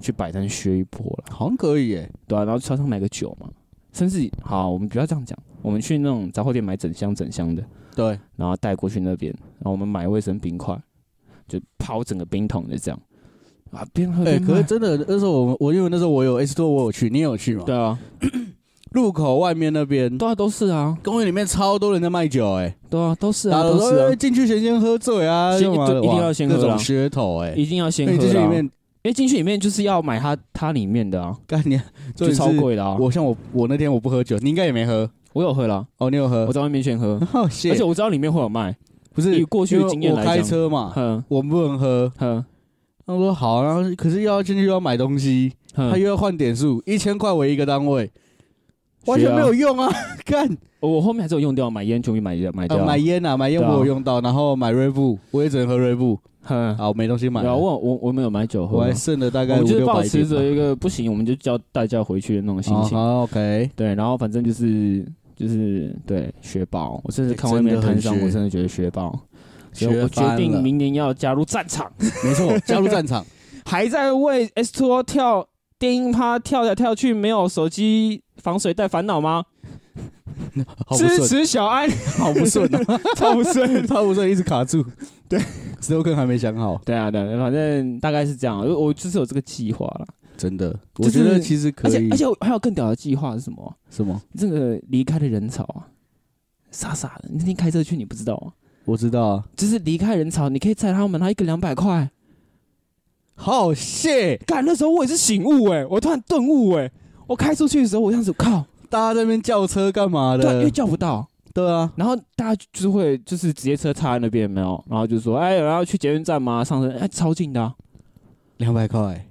[SPEAKER 2] 去摆摊削一波了，
[SPEAKER 3] 好像可以耶，
[SPEAKER 2] 对啊，然后超商买个酒嘛，甚至好，我们不要这样讲，我们去那种杂货店买整箱整箱的，
[SPEAKER 3] 对，
[SPEAKER 2] 然后带过去那边，然后我们买卫生冰块，就抛整个冰桶的这样，啊，边喝
[SPEAKER 3] 哎，
[SPEAKER 2] 边
[SPEAKER 3] 可
[SPEAKER 2] 卖
[SPEAKER 3] 是，真的那时候我们我因为那时候我有 S 多我有去，你也有去吗？
[SPEAKER 2] 对啊，
[SPEAKER 3] 路口外面那边
[SPEAKER 2] 对啊，都是啊，
[SPEAKER 3] 公园里面超多人在卖酒哎，
[SPEAKER 2] 对啊，都是
[SPEAKER 3] 打
[SPEAKER 2] 啊，
[SPEAKER 3] 了
[SPEAKER 2] 都是啊
[SPEAKER 3] 说，哎进去前先喝醉啊，
[SPEAKER 2] 先
[SPEAKER 3] 干嘛的
[SPEAKER 2] 一定
[SPEAKER 3] 哇
[SPEAKER 2] 一定要先喝
[SPEAKER 3] 那种
[SPEAKER 2] 啦
[SPEAKER 3] 噱头哎，
[SPEAKER 2] 一定要先
[SPEAKER 3] 那
[SPEAKER 2] 喝啊
[SPEAKER 3] 你进去
[SPEAKER 2] 啦
[SPEAKER 3] 里面
[SPEAKER 2] 因为进去里面就是要买它它里面的啊，
[SPEAKER 3] 干你，
[SPEAKER 2] 就超。贵的啊。我
[SPEAKER 3] 我像我我那天我不喝酒，你应该也没喝
[SPEAKER 2] 我有喝啦，
[SPEAKER 3] 哦，你有喝
[SPEAKER 2] 我，在外面先喝，
[SPEAKER 3] 哦，
[SPEAKER 2] 而
[SPEAKER 3] 谢
[SPEAKER 2] 且，我知道里面会有卖。
[SPEAKER 3] 不
[SPEAKER 2] 以
[SPEAKER 3] 是
[SPEAKER 2] 过去的经
[SPEAKER 3] 因
[SPEAKER 2] 验
[SPEAKER 3] 为我
[SPEAKER 2] 来
[SPEAKER 3] 开
[SPEAKER 2] 讲，嗯
[SPEAKER 3] 车 嘛，
[SPEAKER 2] 哼
[SPEAKER 3] 我们不能喝，
[SPEAKER 2] 哼
[SPEAKER 3] 他说好，然后可是又要进去又要买东西，他
[SPEAKER 2] 哼，
[SPEAKER 3] 又要换点数，一千块为一个单位，完
[SPEAKER 2] 是
[SPEAKER 3] 全
[SPEAKER 2] 啊
[SPEAKER 3] 没有用啊！ 干，
[SPEAKER 2] 我后面还是有用掉买烟，终于买掉买
[SPEAKER 3] 呃
[SPEAKER 2] 掉。
[SPEAKER 3] 买烟啊，买烟
[SPEAKER 2] 对啊
[SPEAKER 3] 我有用到，然后买瑞布，我也只能喝瑞布，
[SPEAKER 2] 哼，
[SPEAKER 3] 啊，我没东西买
[SPEAKER 2] 然后
[SPEAKER 3] 了，
[SPEAKER 2] 我我我们有买酒喝
[SPEAKER 3] 我
[SPEAKER 2] 嘛，
[SPEAKER 3] 还剩了大
[SPEAKER 2] 我
[SPEAKER 3] 概
[SPEAKER 2] 们
[SPEAKER 3] 五
[SPEAKER 2] 就是
[SPEAKER 3] 六
[SPEAKER 2] 保
[SPEAKER 3] 百
[SPEAKER 2] 持
[SPEAKER 3] 点吧
[SPEAKER 2] 着一个不行，我们就叫大家回去的那种心
[SPEAKER 3] 哦
[SPEAKER 2] 情。
[SPEAKER 3] 好，OK，
[SPEAKER 2] 对，然后反正就是就是对雪宝，我甚至看外面的摊商，
[SPEAKER 3] 哎真的很雪
[SPEAKER 2] 我真的觉得雪宝，所以
[SPEAKER 3] 学
[SPEAKER 2] 我决
[SPEAKER 3] 翻
[SPEAKER 2] 定
[SPEAKER 3] 了
[SPEAKER 2] 明年要加入战场。
[SPEAKER 3] 没错，加入战场，
[SPEAKER 2] 还在为 S Two O 跳电音趴跳来跳去，没有手机防水带烦恼吗？
[SPEAKER 3] 好 不
[SPEAKER 2] 支
[SPEAKER 3] 顺，
[SPEAKER 2] 持小安，
[SPEAKER 3] 好不顺啊，
[SPEAKER 2] 超顺。
[SPEAKER 3] 他不顺一直卡住， 对，slogan 还没想好，
[SPEAKER 2] 对啊，对啊，反正大概是这样。啊我我就是有这个计划了，
[SPEAKER 3] 真的，
[SPEAKER 2] 就
[SPEAKER 3] 我
[SPEAKER 2] 是
[SPEAKER 3] 觉得其实可
[SPEAKER 2] 而且
[SPEAKER 3] 以
[SPEAKER 2] 而，且我还有更屌的计划是什么啊？
[SPEAKER 3] 什么？
[SPEAKER 2] 这个离开的人潮啊，傻傻的。你那天开车去，你不知道啊？
[SPEAKER 3] 我知道啊，
[SPEAKER 2] 就是离开人潮，你可以载他们，他一个两百块。
[SPEAKER 3] 好谢，
[SPEAKER 2] 干，那时候我也是醒悟哎、我突然顿悟哎、我开出去的时候，我这样子靠，
[SPEAKER 3] 大家在那边叫车干嘛
[SPEAKER 2] 对啊，因为
[SPEAKER 3] 的？
[SPEAKER 2] 叫不到，
[SPEAKER 3] 对啊，
[SPEAKER 2] 然后大家就是会就是直接车插在那边有没有，然后就说哎，然后去捷运站吗？上车哎，超近的、啊，
[SPEAKER 3] 两百块，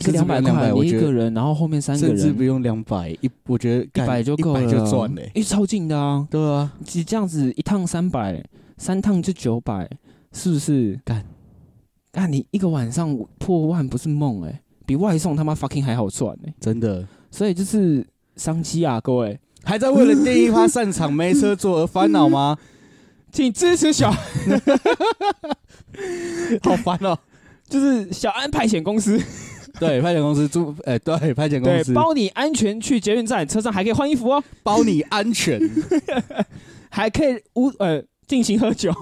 [SPEAKER 2] 一个
[SPEAKER 3] 甚至
[SPEAKER 2] 两
[SPEAKER 3] 不
[SPEAKER 2] 百
[SPEAKER 3] 用200
[SPEAKER 2] 块，
[SPEAKER 3] 我
[SPEAKER 2] 你一
[SPEAKER 3] 觉
[SPEAKER 2] 个
[SPEAKER 3] 得
[SPEAKER 2] 人，然后后面三个
[SPEAKER 3] 甚至不
[SPEAKER 2] 人，
[SPEAKER 3] 用两百，一我觉得
[SPEAKER 2] 一
[SPEAKER 3] 干
[SPEAKER 2] 百就够了，
[SPEAKER 3] 一百就赚嘞、
[SPEAKER 2] 因为超近的啊，
[SPEAKER 3] 对啊，
[SPEAKER 2] 你这样子一趟三百，三趟就九百，是不是？
[SPEAKER 3] 干，
[SPEAKER 2] 干你一个晚上破万不是梦哎、比外送他妈 fucking 还好赚哎、
[SPEAKER 3] 真 的
[SPEAKER 2] 所以就是商机啊，各位，
[SPEAKER 3] 还在为了第一趴散场没车坐而烦恼吗？
[SPEAKER 2] 请支持小，
[SPEAKER 3] 好烦哦、
[SPEAKER 2] 就是小安派遣公司。
[SPEAKER 3] 对，派遣公司租，哎、对，派遣公
[SPEAKER 2] 对，
[SPEAKER 3] 司
[SPEAKER 2] 包你安全去捷运站，车上还可以换衣服哦，
[SPEAKER 3] 包你安 全。
[SPEAKER 2] 还可以无呃尽情 喝酒，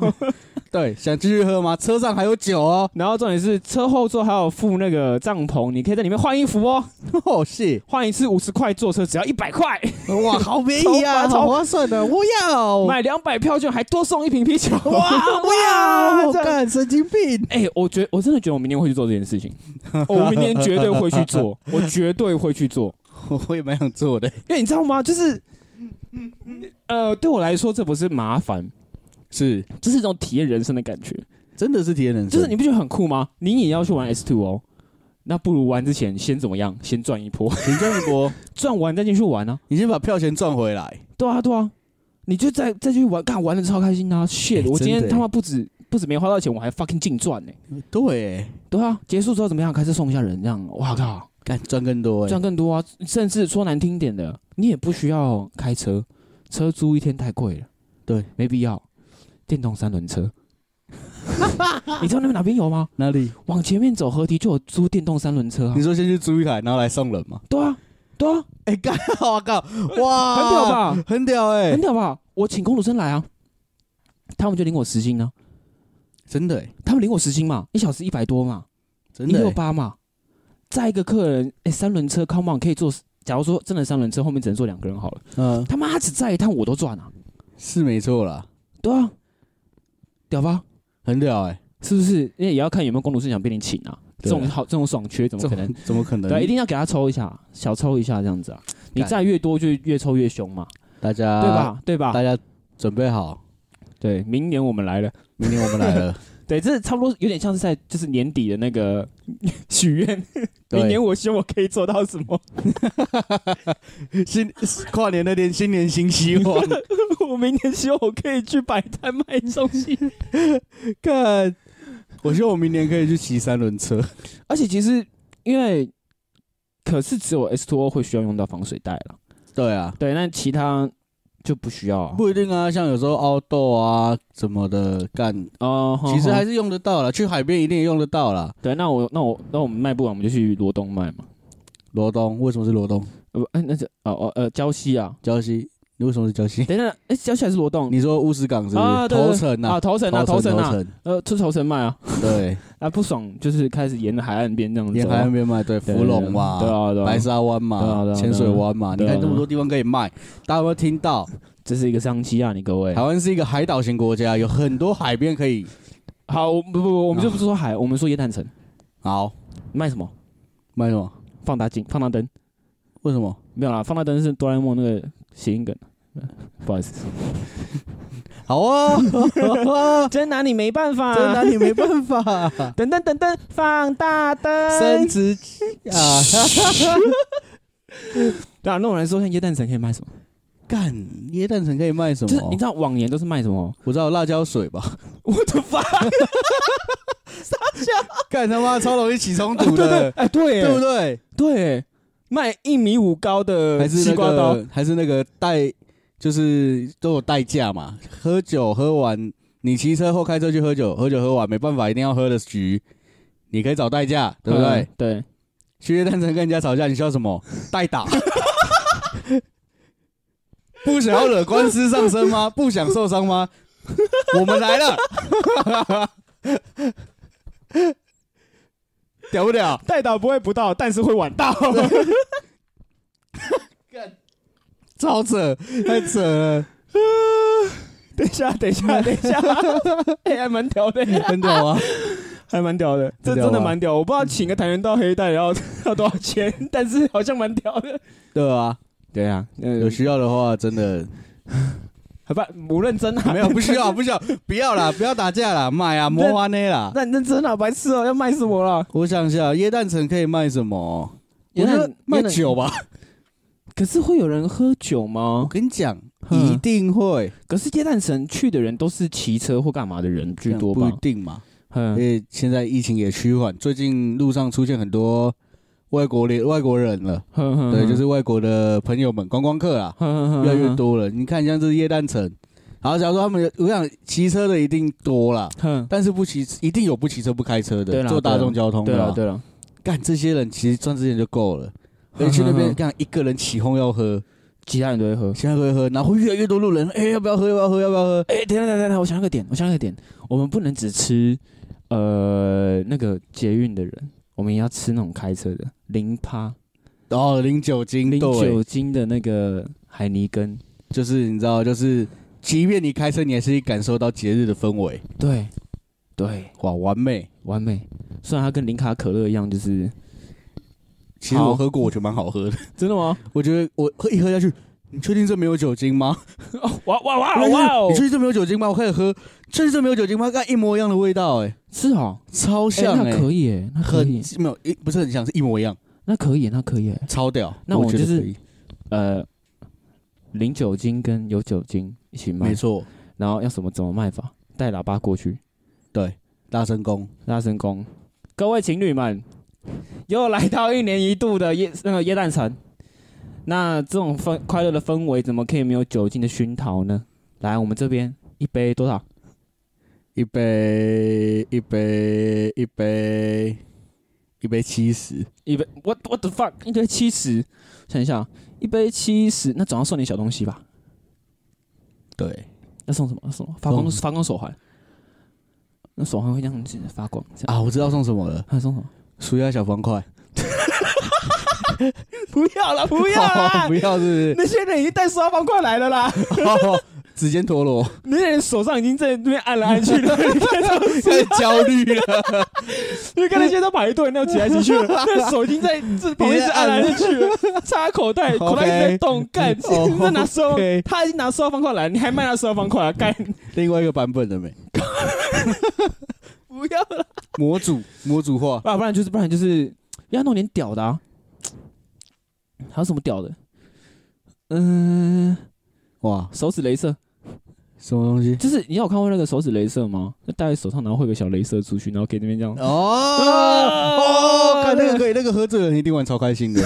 [SPEAKER 3] 对，想继续喝吗？车上还有酒哦、
[SPEAKER 2] 然后重点是车后座还有附那个帐篷，你可以在里面换衣服哦，
[SPEAKER 3] 哦，是，
[SPEAKER 2] 换一次五十块坐车只要一百块，
[SPEAKER 3] 哇，好便宜啊，
[SPEAKER 2] 超划
[SPEAKER 3] 好划算的、我要，
[SPEAKER 2] 买两百票券还多送一瓶啤酒，
[SPEAKER 3] 哦 哇，不要，
[SPEAKER 2] 这样
[SPEAKER 3] 干神经病。
[SPEAKER 2] 哎、我觉我真的觉得我明年会去做这件事情，我明年绝对会去 做，我绝对会去做，
[SPEAKER 3] 我也蛮想做的，
[SPEAKER 2] 因为你知道吗？就是，呃，对我来说这不是麻烦，
[SPEAKER 3] 是，
[SPEAKER 2] 这是一种体验人生的感觉。
[SPEAKER 3] 真的是体验人生，
[SPEAKER 2] 就是你不觉得很酷吗？你也要去玩 S two 哦，那不如玩之前先怎么样？先赚一波，
[SPEAKER 3] 你这样博，
[SPEAKER 2] 赚完再进去玩啊。
[SPEAKER 3] 你先把票钱赚回来。
[SPEAKER 2] 对啊，对啊，你就再再去玩，干玩的超开心的、啊。shit，、
[SPEAKER 3] 哎
[SPEAKER 2] 我今
[SPEAKER 3] 真
[SPEAKER 2] 天
[SPEAKER 3] 的
[SPEAKER 2] 他妈不止不止没花到钱，我还 fucking 净赚呢。
[SPEAKER 3] 对，
[SPEAKER 2] 对啊，结束之后怎么样？开始送一下人，这样，哇靠，
[SPEAKER 3] 干赚更多哎
[SPEAKER 2] 赚，更多啊！甚至说难听点的，你也不需要开车，车租一天太贵了，
[SPEAKER 3] 对，
[SPEAKER 2] 没必要。电动三轮车， 你知道那边哪边有吗？
[SPEAKER 3] 哪里？
[SPEAKER 2] 往前面走，河堤就有租电动三轮车啊
[SPEAKER 3] 你。说先去租一台，然后来送人吗？
[SPEAKER 2] 对啊，对啊，
[SPEAKER 3] 哎干，我靠，哇，
[SPEAKER 2] 很屌？吧？
[SPEAKER 3] 很屌哦哎
[SPEAKER 2] 很，屌吧？我请工读生来啊，他们就领我时薪呢、
[SPEAKER 3] 真的哎，
[SPEAKER 2] 他们领我时薪嘛，一小时一百多嘛，
[SPEAKER 3] 真
[SPEAKER 2] 一
[SPEAKER 3] 的
[SPEAKER 2] 六
[SPEAKER 3] 哎，
[SPEAKER 2] 八嘛。再一个客人，哎、三轮车，Come on，可以坐。假如说真的三轮车后面只能坐两个人好了，
[SPEAKER 3] 嗯，
[SPEAKER 2] 他妈只载一趟我都赚啊！
[SPEAKER 3] 是没错啦，
[SPEAKER 2] 对啊，屌吧？
[SPEAKER 3] 很屌哎，
[SPEAKER 2] 是不是？因为也要看有没有工读生想被你请啊。这
[SPEAKER 3] 对啊
[SPEAKER 2] 种好，这种爽缺怎么可能？
[SPEAKER 3] 怎么可啊能？
[SPEAKER 2] 对，一定要给他抽一下，小抽一下这样子啊。你
[SPEAKER 3] 干啊
[SPEAKER 2] 载越多就越抽越凶嘛，
[SPEAKER 3] 大家
[SPEAKER 2] 对？吧？对吧
[SPEAKER 3] 大？家准备好，
[SPEAKER 2] 对，明年我们来了。
[SPEAKER 3] 明天我们来 了。
[SPEAKER 2] 对，这差不多有点像是在就是年底的那个 许愿，
[SPEAKER 3] 对
[SPEAKER 2] 明年我希望我可以做到什么？
[SPEAKER 3] 新跨年那天，新年新希 望。
[SPEAKER 2] 我明年希望我可以去摆摊卖东西。
[SPEAKER 3] 看，我希望我明年可以去骑三轮车。
[SPEAKER 2] 而且其实因为可是只有 S two O 会需要用到防水袋了，
[SPEAKER 3] 对啊，
[SPEAKER 2] 对，那其他就不需要啊。
[SPEAKER 3] 不一定啊，像有时候凹豆啊什么的，干
[SPEAKER 2] 哦，哼
[SPEAKER 3] 其实还
[SPEAKER 2] 哼
[SPEAKER 3] 是用得到啦。去海边一定也用得到啦。
[SPEAKER 2] 对。那我那我那我们卖不完，我们就去罗东卖嘛。
[SPEAKER 3] 罗东为什么是罗东？
[SPEAKER 2] 呃，不，哎，那是哦哦呃，礁溪啊，
[SPEAKER 3] 礁溪，你为什么是礁 溪？
[SPEAKER 2] 等一下，哎，礁溪还是罗东？
[SPEAKER 3] 你说乌石港是不
[SPEAKER 2] 啊
[SPEAKER 3] 是？
[SPEAKER 2] 对对
[SPEAKER 3] 头城
[SPEAKER 2] 啊，
[SPEAKER 3] 啊，
[SPEAKER 2] 头城啊，头城啊，
[SPEAKER 3] 头城
[SPEAKER 2] 呃，去头城卖啊，
[SPEAKER 3] 对，
[SPEAKER 2] 啊，不爽就是开始沿着海岸边这样走啊，
[SPEAKER 3] 沿海岸边卖，对，
[SPEAKER 2] 对
[SPEAKER 3] 福隆
[SPEAKER 2] 对
[SPEAKER 3] 嘛，
[SPEAKER 2] 啊，对啊，
[SPEAKER 3] 白沙湾
[SPEAKER 2] 对啊对
[SPEAKER 3] 嘛
[SPEAKER 2] 啊，
[SPEAKER 3] 浅水湾嘛，
[SPEAKER 2] 对
[SPEAKER 3] 你
[SPEAKER 2] 啊对啊
[SPEAKER 3] 看这么多地方可以卖，大家有没有听到？
[SPEAKER 2] 这是一个商机啊，你各位
[SPEAKER 3] 台。湾是一个海岛型国家，有很多海边可以。
[SPEAKER 2] 好，我不不
[SPEAKER 3] 啊
[SPEAKER 2] 不，我们就不说海，我们说椰蛋城
[SPEAKER 3] 好，
[SPEAKER 2] 卖什么？
[SPEAKER 3] 卖什么？
[SPEAKER 2] 放大镜、放大灯，
[SPEAKER 3] 为什么？
[SPEAKER 2] 没有啦，放大灯是哆啦 A 梦那个谐音梗，不好意思，
[SPEAKER 3] 好 啊，
[SPEAKER 2] 真拿你没办法
[SPEAKER 3] 真拿你没 办法。
[SPEAKER 2] 等等等等，放大
[SPEAKER 3] 升
[SPEAKER 2] 灯。
[SPEAKER 3] 职啊，
[SPEAKER 2] 对啊，那我来说，像椰蛋城可以卖什么？
[SPEAKER 3] 干椰蛋城可以卖什
[SPEAKER 2] 就是你
[SPEAKER 3] 么
[SPEAKER 2] 知？道往年都是卖什么？
[SPEAKER 3] 我知道辣椒水 吧？
[SPEAKER 2] 我的妈！
[SPEAKER 3] 干他妈超容易起冲 突
[SPEAKER 2] 对 对，
[SPEAKER 3] 的，
[SPEAKER 2] 哎对耶
[SPEAKER 3] 对不对？
[SPEAKER 2] 对，卖一米五高的
[SPEAKER 3] 还是
[SPEAKER 2] 西
[SPEAKER 3] 那
[SPEAKER 2] 瓜刀，
[SPEAKER 3] 个还是那个代，就是都有代驾嘛。喝酒喝完，你骑车或开车去喝酒，喝酒喝完没办法，一定要喝的局，你可以找代驾，对不对
[SPEAKER 2] 嗯？？对，
[SPEAKER 3] 去夜店城跟人家吵架，你需要什么？代打。 不想要惹官司上身吗？不想受伤吗？我们来了，屌不屌？
[SPEAKER 2] 代打不会不到，但是会晚 到。
[SPEAKER 3] 超扯，太扯了，
[SPEAKER 2] 等一下，等一下，等一下， 哎、还蛮屌的，
[SPEAKER 3] 很屌啊！
[SPEAKER 2] 还蛮屌的，这真的蛮屌。我不知道请个跆拳道黑带要 要多少钱， 但是好像蛮屌的。
[SPEAKER 3] 对啊，
[SPEAKER 2] 对啊，呃
[SPEAKER 3] 有，需要的话，真的
[SPEAKER 2] 好吧，不认真啊，
[SPEAKER 3] 没有不需要，不需要，不要啦，不要打架啦，买啊，魔花内啦。
[SPEAKER 2] 那你认真啊，白痴哦、要卖死我了。
[SPEAKER 3] 我想一下，椰蛋城可以卖什么？我
[SPEAKER 2] 椰
[SPEAKER 3] 觉
[SPEAKER 2] 蛋
[SPEAKER 3] 得卖
[SPEAKER 2] 椰蛋
[SPEAKER 3] 酒吧。
[SPEAKER 2] 可是会有人喝酒吗
[SPEAKER 3] 我？跟你讲，
[SPEAKER 2] 嗯
[SPEAKER 3] 一定会，
[SPEAKER 2] 可是椰蛋城去的人都是骑车或干嘛的人居多
[SPEAKER 3] 不
[SPEAKER 2] 吧
[SPEAKER 3] 一？定嘛。因
[SPEAKER 2] 嗯，
[SPEAKER 3] 为现在疫情也趋缓，最近路上出现很多外国人外国人了，
[SPEAKER 2] 哼哼
[SPEAKER 3] 对，就是外国的朋友们观光客啊，
[SPEAKER 2] 哼
[SPEAKER 3] 越来越。多了。你看像这夜蛋城，然后假如说他们有，我想骑车的一定多啦，
[SPEAKER 2] 哼，
[SPEAKER 3] 但是不骑一定有不骑车不开车
[SPEAKER 2] 对
[SPEAKER 3] 的，
[SPEAKER 2] 啦
[SPEAKER 3] 坐大众交通
[SPEAKER 2] 对
[SPEAKER 3] 的
[SPEAKER 2] 了
[SPEAKER 3] 啊。
[SPEAKER 2] 对了，
[SPEAKER 3] 干这些人其实赚之前就够了。而且去 那边，
[SPEAKER 2] 哼哼
[SPEAKER 3] 干一个人起哄要喝，
[SPEAKER 2] 其他人都会喝。
[SPEAKER 3] 现在会喝，然后会越来越多路人，哎、要不要喝？要不要喝？要不要喝？
[SPEAKER 2] 哎、等一下等一下等一下，我想到一个点，我想到一个点，我们不能只吃呃那个捷运的人，我们也要吃那种开车的零趴
[SPEAKER 3] 然后哦零酒精，
[SPEAKER 2] 零
[SPEAKER 3] 对
[SPEAKER 2] 酒精的那个海尼根。
[SPEAKER 3] 就是你知道，就是即便你开车，你还是可以感受到节日的氛围，
[SPEAKER 2] 对，对，
[SPEAKER 3] 哇，完美！
[SPEAKER 2] 完美。虽然它跟零卡可乐一样， 就是
[SPEAKER 3] 其实我喝过，我觉得蛮好喝的。
[SPEAKER 2] 真的 吗？
[SPEAKER 3] 我觉得我喝一喝下去，你确定这没有酒精吗？
[SPEAKER 2] 哦哇哇哇
[SPEAKER 3] 我
[SPEAKER 2] 哇
[SPEAKER 3] 开始
[SPEAKER 2] 哦
[SPEAKER 3] 你！确定这没有酒精吗？我开始喝，确定这没有酒精吗？干一模一样的味道、哎，
[SPEAKER 2] 是哦，
[SPEAKER 3] 超
[SPEAKER 2] 哎、
[SPEAKER 3] 像、哎、
[SPEAKER 2] 那可以耶，那可以欸
[SPEAKER 3] 很，没有，一不是很像，是一模一样，
[SPEAKER 2] 那可以，欸那可以耶。
[SPEAKER 3] 超屌。
[SPEAKER 2] 那我
[SPEAKER 3] 我觉得
[SPEAKER 2] 就是
[SPEAKER 3] 可以
[SPEAKER 2] 呃，零酒精跟有酒精一起卖
[SPEAKER 3] 没，错，
[SPEAKER 2] 然后要什么怎么卖法？带喇叭过去，
[SPEAKER 3] 大声公，
[SPEAKER 2] 大神宫，各位情侣们，又来到一年一度的耶那个耶诞城，那这种氛快乐的氛围怎么可以没有酒精的熏陶呢？来，我们这边一杯多少？
[SPEAKER 3] 一杯一杯一杯一杯七十，
[SPEAKER 2] 一杯 what what the fuck？一杯七十，想一下，一杯七十，那总要送点小东西吧？
[SPEAKER 3] 对，
[SPEAKER 2] 要送什么？要送什么发光发光手环，那手环会让自己发光。这样
[SPEAKER 3] 啊，我知道送什么了，
[SPEAKER 2] 还送什么？
[SPEAKER 3] 舒压小方块，
[SPEAKER 2] 不要了，哦不
[SPEAKER 3] 哦不要是
[SPEAKER 2] 那些人已经带刷方块来了啦，
[SPEAKER 3] 不是？哦指尖陀 螺，
[SPEAKER 2] 那些人手上已经在那边按来按去 了，你看他们
[SPEAKER 3] 太焦虑了，
[SPEAKER 2] 你看那些都排队，那挤来挤去的，那手已经在这旁边一直
[SPEAKER 3] 啊
[SPEAKER 2] 按来按 去了，插口袋，口袋一直在动，干，
[SPEAKER 3] 哦
[SPEAKER 2] 在 拿塑料
[SPEAKER 3] OK
[SPEAKER 2] 他已经拿塑料方块来，你还卖他塑料方块啊？干，
[SPEAKER 3] 另外一个版本的没？
[SPEAKER 2] 不要了，
[SPEAKER 3] 模组模组化，
[SPEAKER 2] 啊，不然就是不然就是要弄点屌的啊，还有什么屌的？嗯，
[SPEAKER 3] 哇，
[SPEAKER 2] 手指镭射，
[SPEAKER 3] 什么东西？
[SPEAKER 2] 就是你有看过那个手指镭射吗？就戴在手上，然后会有个小镭射出去，然后可以那边这样。
[SPEAKER 3] 哦哦，看那个可以，那个喝醉了你一定玩超开心的。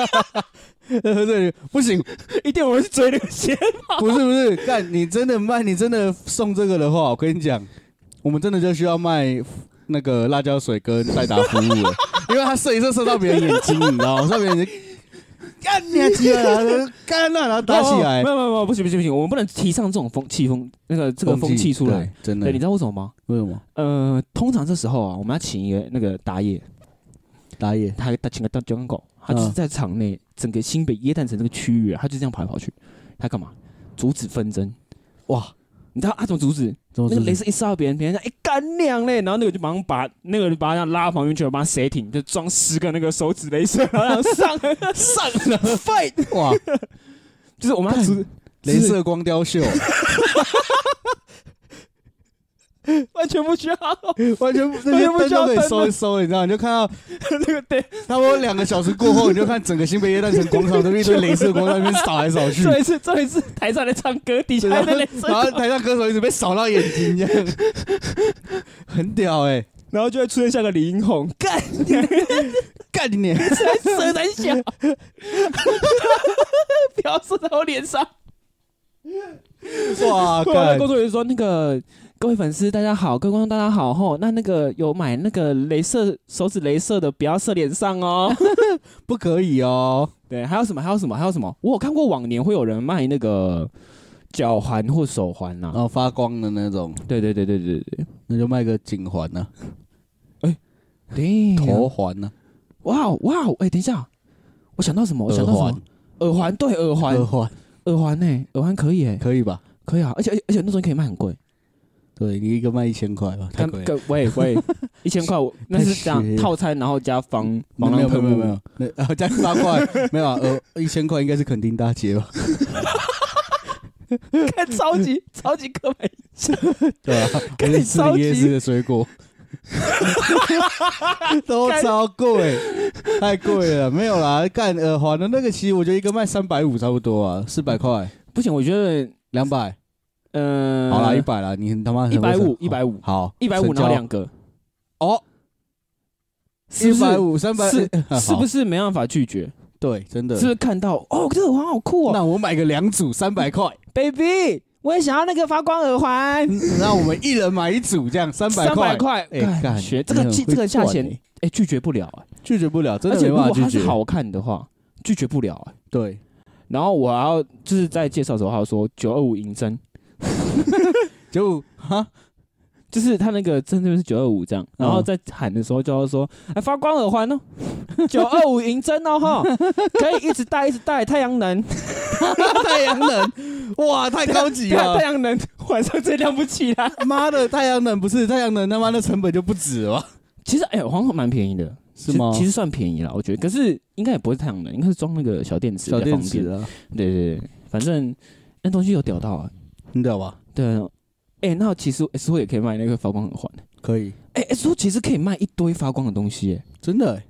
[SPEAKER 3] 那喝醉了不行，
[SPEAKER 2] 一定有人去追那个鞋。
[SPEAKER 3] 不是不是，干你真的卖，你真的送这个的话，我跟你讲，我们真的就需要卖那个辣椒水跟代打服务 了，因为他射一射射到别人眼睛，你知道吗？射到别人眼睛，干你还急了，干啊那然后打起来
[SPEAKER 2] 没，有没有没有，不行不行不行，我们不能提倡这种风气风那个这个风气出来。
[SPEAKER 3] 对，真的
[SPEAKER 2] 对，你，知道为什么吗？
[SPEAKER 3] 为什么？
[SPEAKER 2] 呃，通常这时候啊，我们要请一个那个打野，
[SPEAKER 3] 打野
[SPEAKER 2] 他他请个当交通狗，他就是
[SPEAKER 3] 嗯
[SPEAKER 2] 在场内整个新北耶诞城这个区域、啊，他就这样跑来跑去，他干嘛？阻止纷争。哇，你知道他怎么阻止？
[SPEAKER 3] 怎么
[SPEAKER 2] 那个
[SPEAKER 3] 雷
[SPEAKER 2] 镭射一射到别人，别人说：“哎、干娘嘞！”然后那个就马上把那个就把他这样拉到旁边去，把他塞停，就装十个那个手指镭射，然后这样 上上 fight，
[SPEAKER 3] 哇，
[SPEAKER 2] 就是我们要阻，
[SPEAKER 3] 镭射光雕秀。
[SPEAKER 2] 完全不需要
[SPEAKER 3] 完全不那些灯都可以收一收了，你知道？你就看到
[SPEAKER 2] 那个对，
[SPEAKER 3] 差不多两个小时过后，你就看整个新北夜诞城广场都一堆镭射光在那边扫来 扫去，
[SPEAKER 2] 这一次这一次台上在唱歌，底下
[SPEAKER 3] 然
[SPEAKER 2] 还
[SPEAKER 3] 后
[SPEAKER 2] 在那
[SPEAKER 3] 然后台上歌手一直被扫到眼睛，这样 很屌哎、
[SPEAKER 2] 然后就会出现像个李英红，干娘
[SPEAKER 3] 干你！
[SPEAKER 2] 在蛇胆小， 不要射在我脸上。
[SPEAKER 3] 哇，
[SPEAKER 2] 后来
[SPEAKER 3] 干
[SPEAKER 2] 工！作人员说：“那个各位粉丝大家好，各位观众大家好，吼，那那个有买那个镭射手指镭射的，不要射脸上 哦。
[SPEAKER 3] 不可以哦，
[SPEAKER 2] 对，还有什么？还有什么？还有什么？我有看过往年会有人卖那个脚环或手环呐、
[SPEAKER 3] 然后发光的那种，
[SPEAKER 2] 对对对对对对
[SPEAKER 3] 那就卖个颈环呐、
[SPEAKER 2] 对，
[SPEAKER 3] 头环呐、
[SPEAKER 2] 哇哦哇哦！哎、等一下，我想到什么？我想到什么？耳环，对，耳环，
[SPEAKER 3] 耳环
[SPEAKER 2] 耳环呢、耳环可以哎、
[SPEAKER 3] 可以吧？
[SPEAKER 2] 可以啊！而且而且而且那种可以卖很贵，
[SPEAKER 3] 对你一个卖一千块吧，太
[SPEAKER 2] 但
[SPEAKER 3] 贵了。
[SPEAKER 2] 各喂 喂，一千块我那是这
[SPEAKER 3] 太
[SPEAKER 2] 样
[SPEAKER 3] 虚
[SPEAKER 2] 套餐，然后加防防
[SPEAKER 3] 没
[SPEAKER 2] 狼
[SPEAKER 3] 有没有
[SPEAKER 2] 喷
[SPEAKER 3] 没有没
[SPEAKER 2] 雾，
[SPEAKER 3] 有， 那啊加八块没有啊，呃一千块应该是肯定大街吧？
[SPEAKER 2] 看 超级超级可美，
[SPEAKER 3] 对 啊，
[SPEAKER 2] 跟
[SPEAKER 3] 还
[SPEAKER 2] 你
[SPEAKER 3] 是吃
[SPEAKER 2] 着
[SPEAKER 3] 椰
[SPEAKER 2] 急
[SPEAKER 3] 子的 水果，都超贵，太贵了，没有啦，干耳环的那个，其实我觉得一个卖三百五差不多啊，四百块，
[SPEAKER 2] 不行，我觉得
[SPEAKER 3] 两百，
[SPEAKER 2] 嗯，
[SPEAKER 3] 好啦，一百啦，你很他妈
[SPEAKER 2] 一百五，一百
[SPEAKER 3] 五，
[SPEAKER 2] 五，
[SPEAKER 3] 好，
[SPEAKER 2] 一百五，
[SPEAKER 3] 成
[SPEAKER 2] 然
[SPEAKER 3] 交
[SPEAKER 2] 后两个，
[SPEAKER 3] 哦，
[SPEAKER 2] 是不
[SPEAKER 3] 一
[SPEAKER 2] 是
[SPEAKER 3] 百五三百
[SPEAKER 2] 是是不
[SPEAKER 3] 是？
[SPEAKER 2] 是没办法拒绝？
[SPEAKER 3] 对，真的
[SPEAKER 2] 是不。是看到哦，这耳环好酷哦
[SPEAKER 3] 那我买个两组三百块，
[SPEAKER 2] ，baby，我也想要那个发光耳环，
[SPEAKER 3] 那我们一人买一组，这样三百
[SPEAKER 2] 嗯三
[SPEAKER 3] 块
[SPEAKER 2] 百，块，
[SPEAKER 3] 哎
[SPEAKER 2] 干
[SPEAKER 3] 干
[SPEAKER 2] 学
[SPEAKER 3] 你
[SPEAKER 2] 这个
[SPEAKER 3] 很
[SPEAKER 2] 价
[SPEAKER 3] 会
[SPEAKER 2] 这个价
[SPEAKER 3] 赚
[SPEAKER 2] 钱
[SPEAKER 3] 欸，
[SPEAKER 2] 哎，拒绝不了哎，
[SPEAKER 3] 拒绝不了，真
[SPEAKER 2] 而
[SPEAKER 3] 的
[SPEAKER 2] 且
[SPEAKER 3] 没
[SPEAKER 2] 如
[SPEAKER 3] 办
[SPEAKER 2] 果
[SPEAKER 3] 法拒
[SPEAKER 2] 它是
[SPEAKER 3] 绝。
[SPEAKER 2] 好看的话，拒绝不了哎。
[SPEAKER 3] 对，
[SPEAKER 2] 然后我还要就是在介绍的时候还要说九二五银针，
[SPEAKER 3] 就哈，
[SPEAKER 2] 就是他那个针这边是九二五这样，
[SPEAKER 3] 嗯
[SPEAKER 2] 然后在喊的时候就要说，哎，发光耳环哦， 九二五银针哦 哈，可以一直戴一直戴，太阳能，
[SPEAKER 3] 太阳能，哇，太高级
[SPEAKER 2] 太
[SPEAKER 3] 了
[SPEAKER 2] 太！阳能，晚上最亮不起来。
[SPEAKER 3] 啊妈的，太阳能不是太阳能，他妈的成本就不止了吧，
[SPEAKER 2] 其实哎，耳环蛮便宜的，
[SPEAKER 3] 是吗？
[SPEAKER 2] 其其实算便宜了，我觉得，可是应该也不是太阳能，应该是装那个小电池，
[SPEAKER 3] 小电池，啊，
[SPEAKER 2] 对对对，反正那东西有屌到啊，
[SPEAKER 3] 你知道吧？
[SPEAKER 2] 对啊，哎，那其实 S 货也可以卖那个发光耳环，
[SPEAKER 3] 可以，
[SPEAKER 2] 哎，S 货其实可以卖一堆发光的东西，哎
[SPEAKER 3] 真的欸、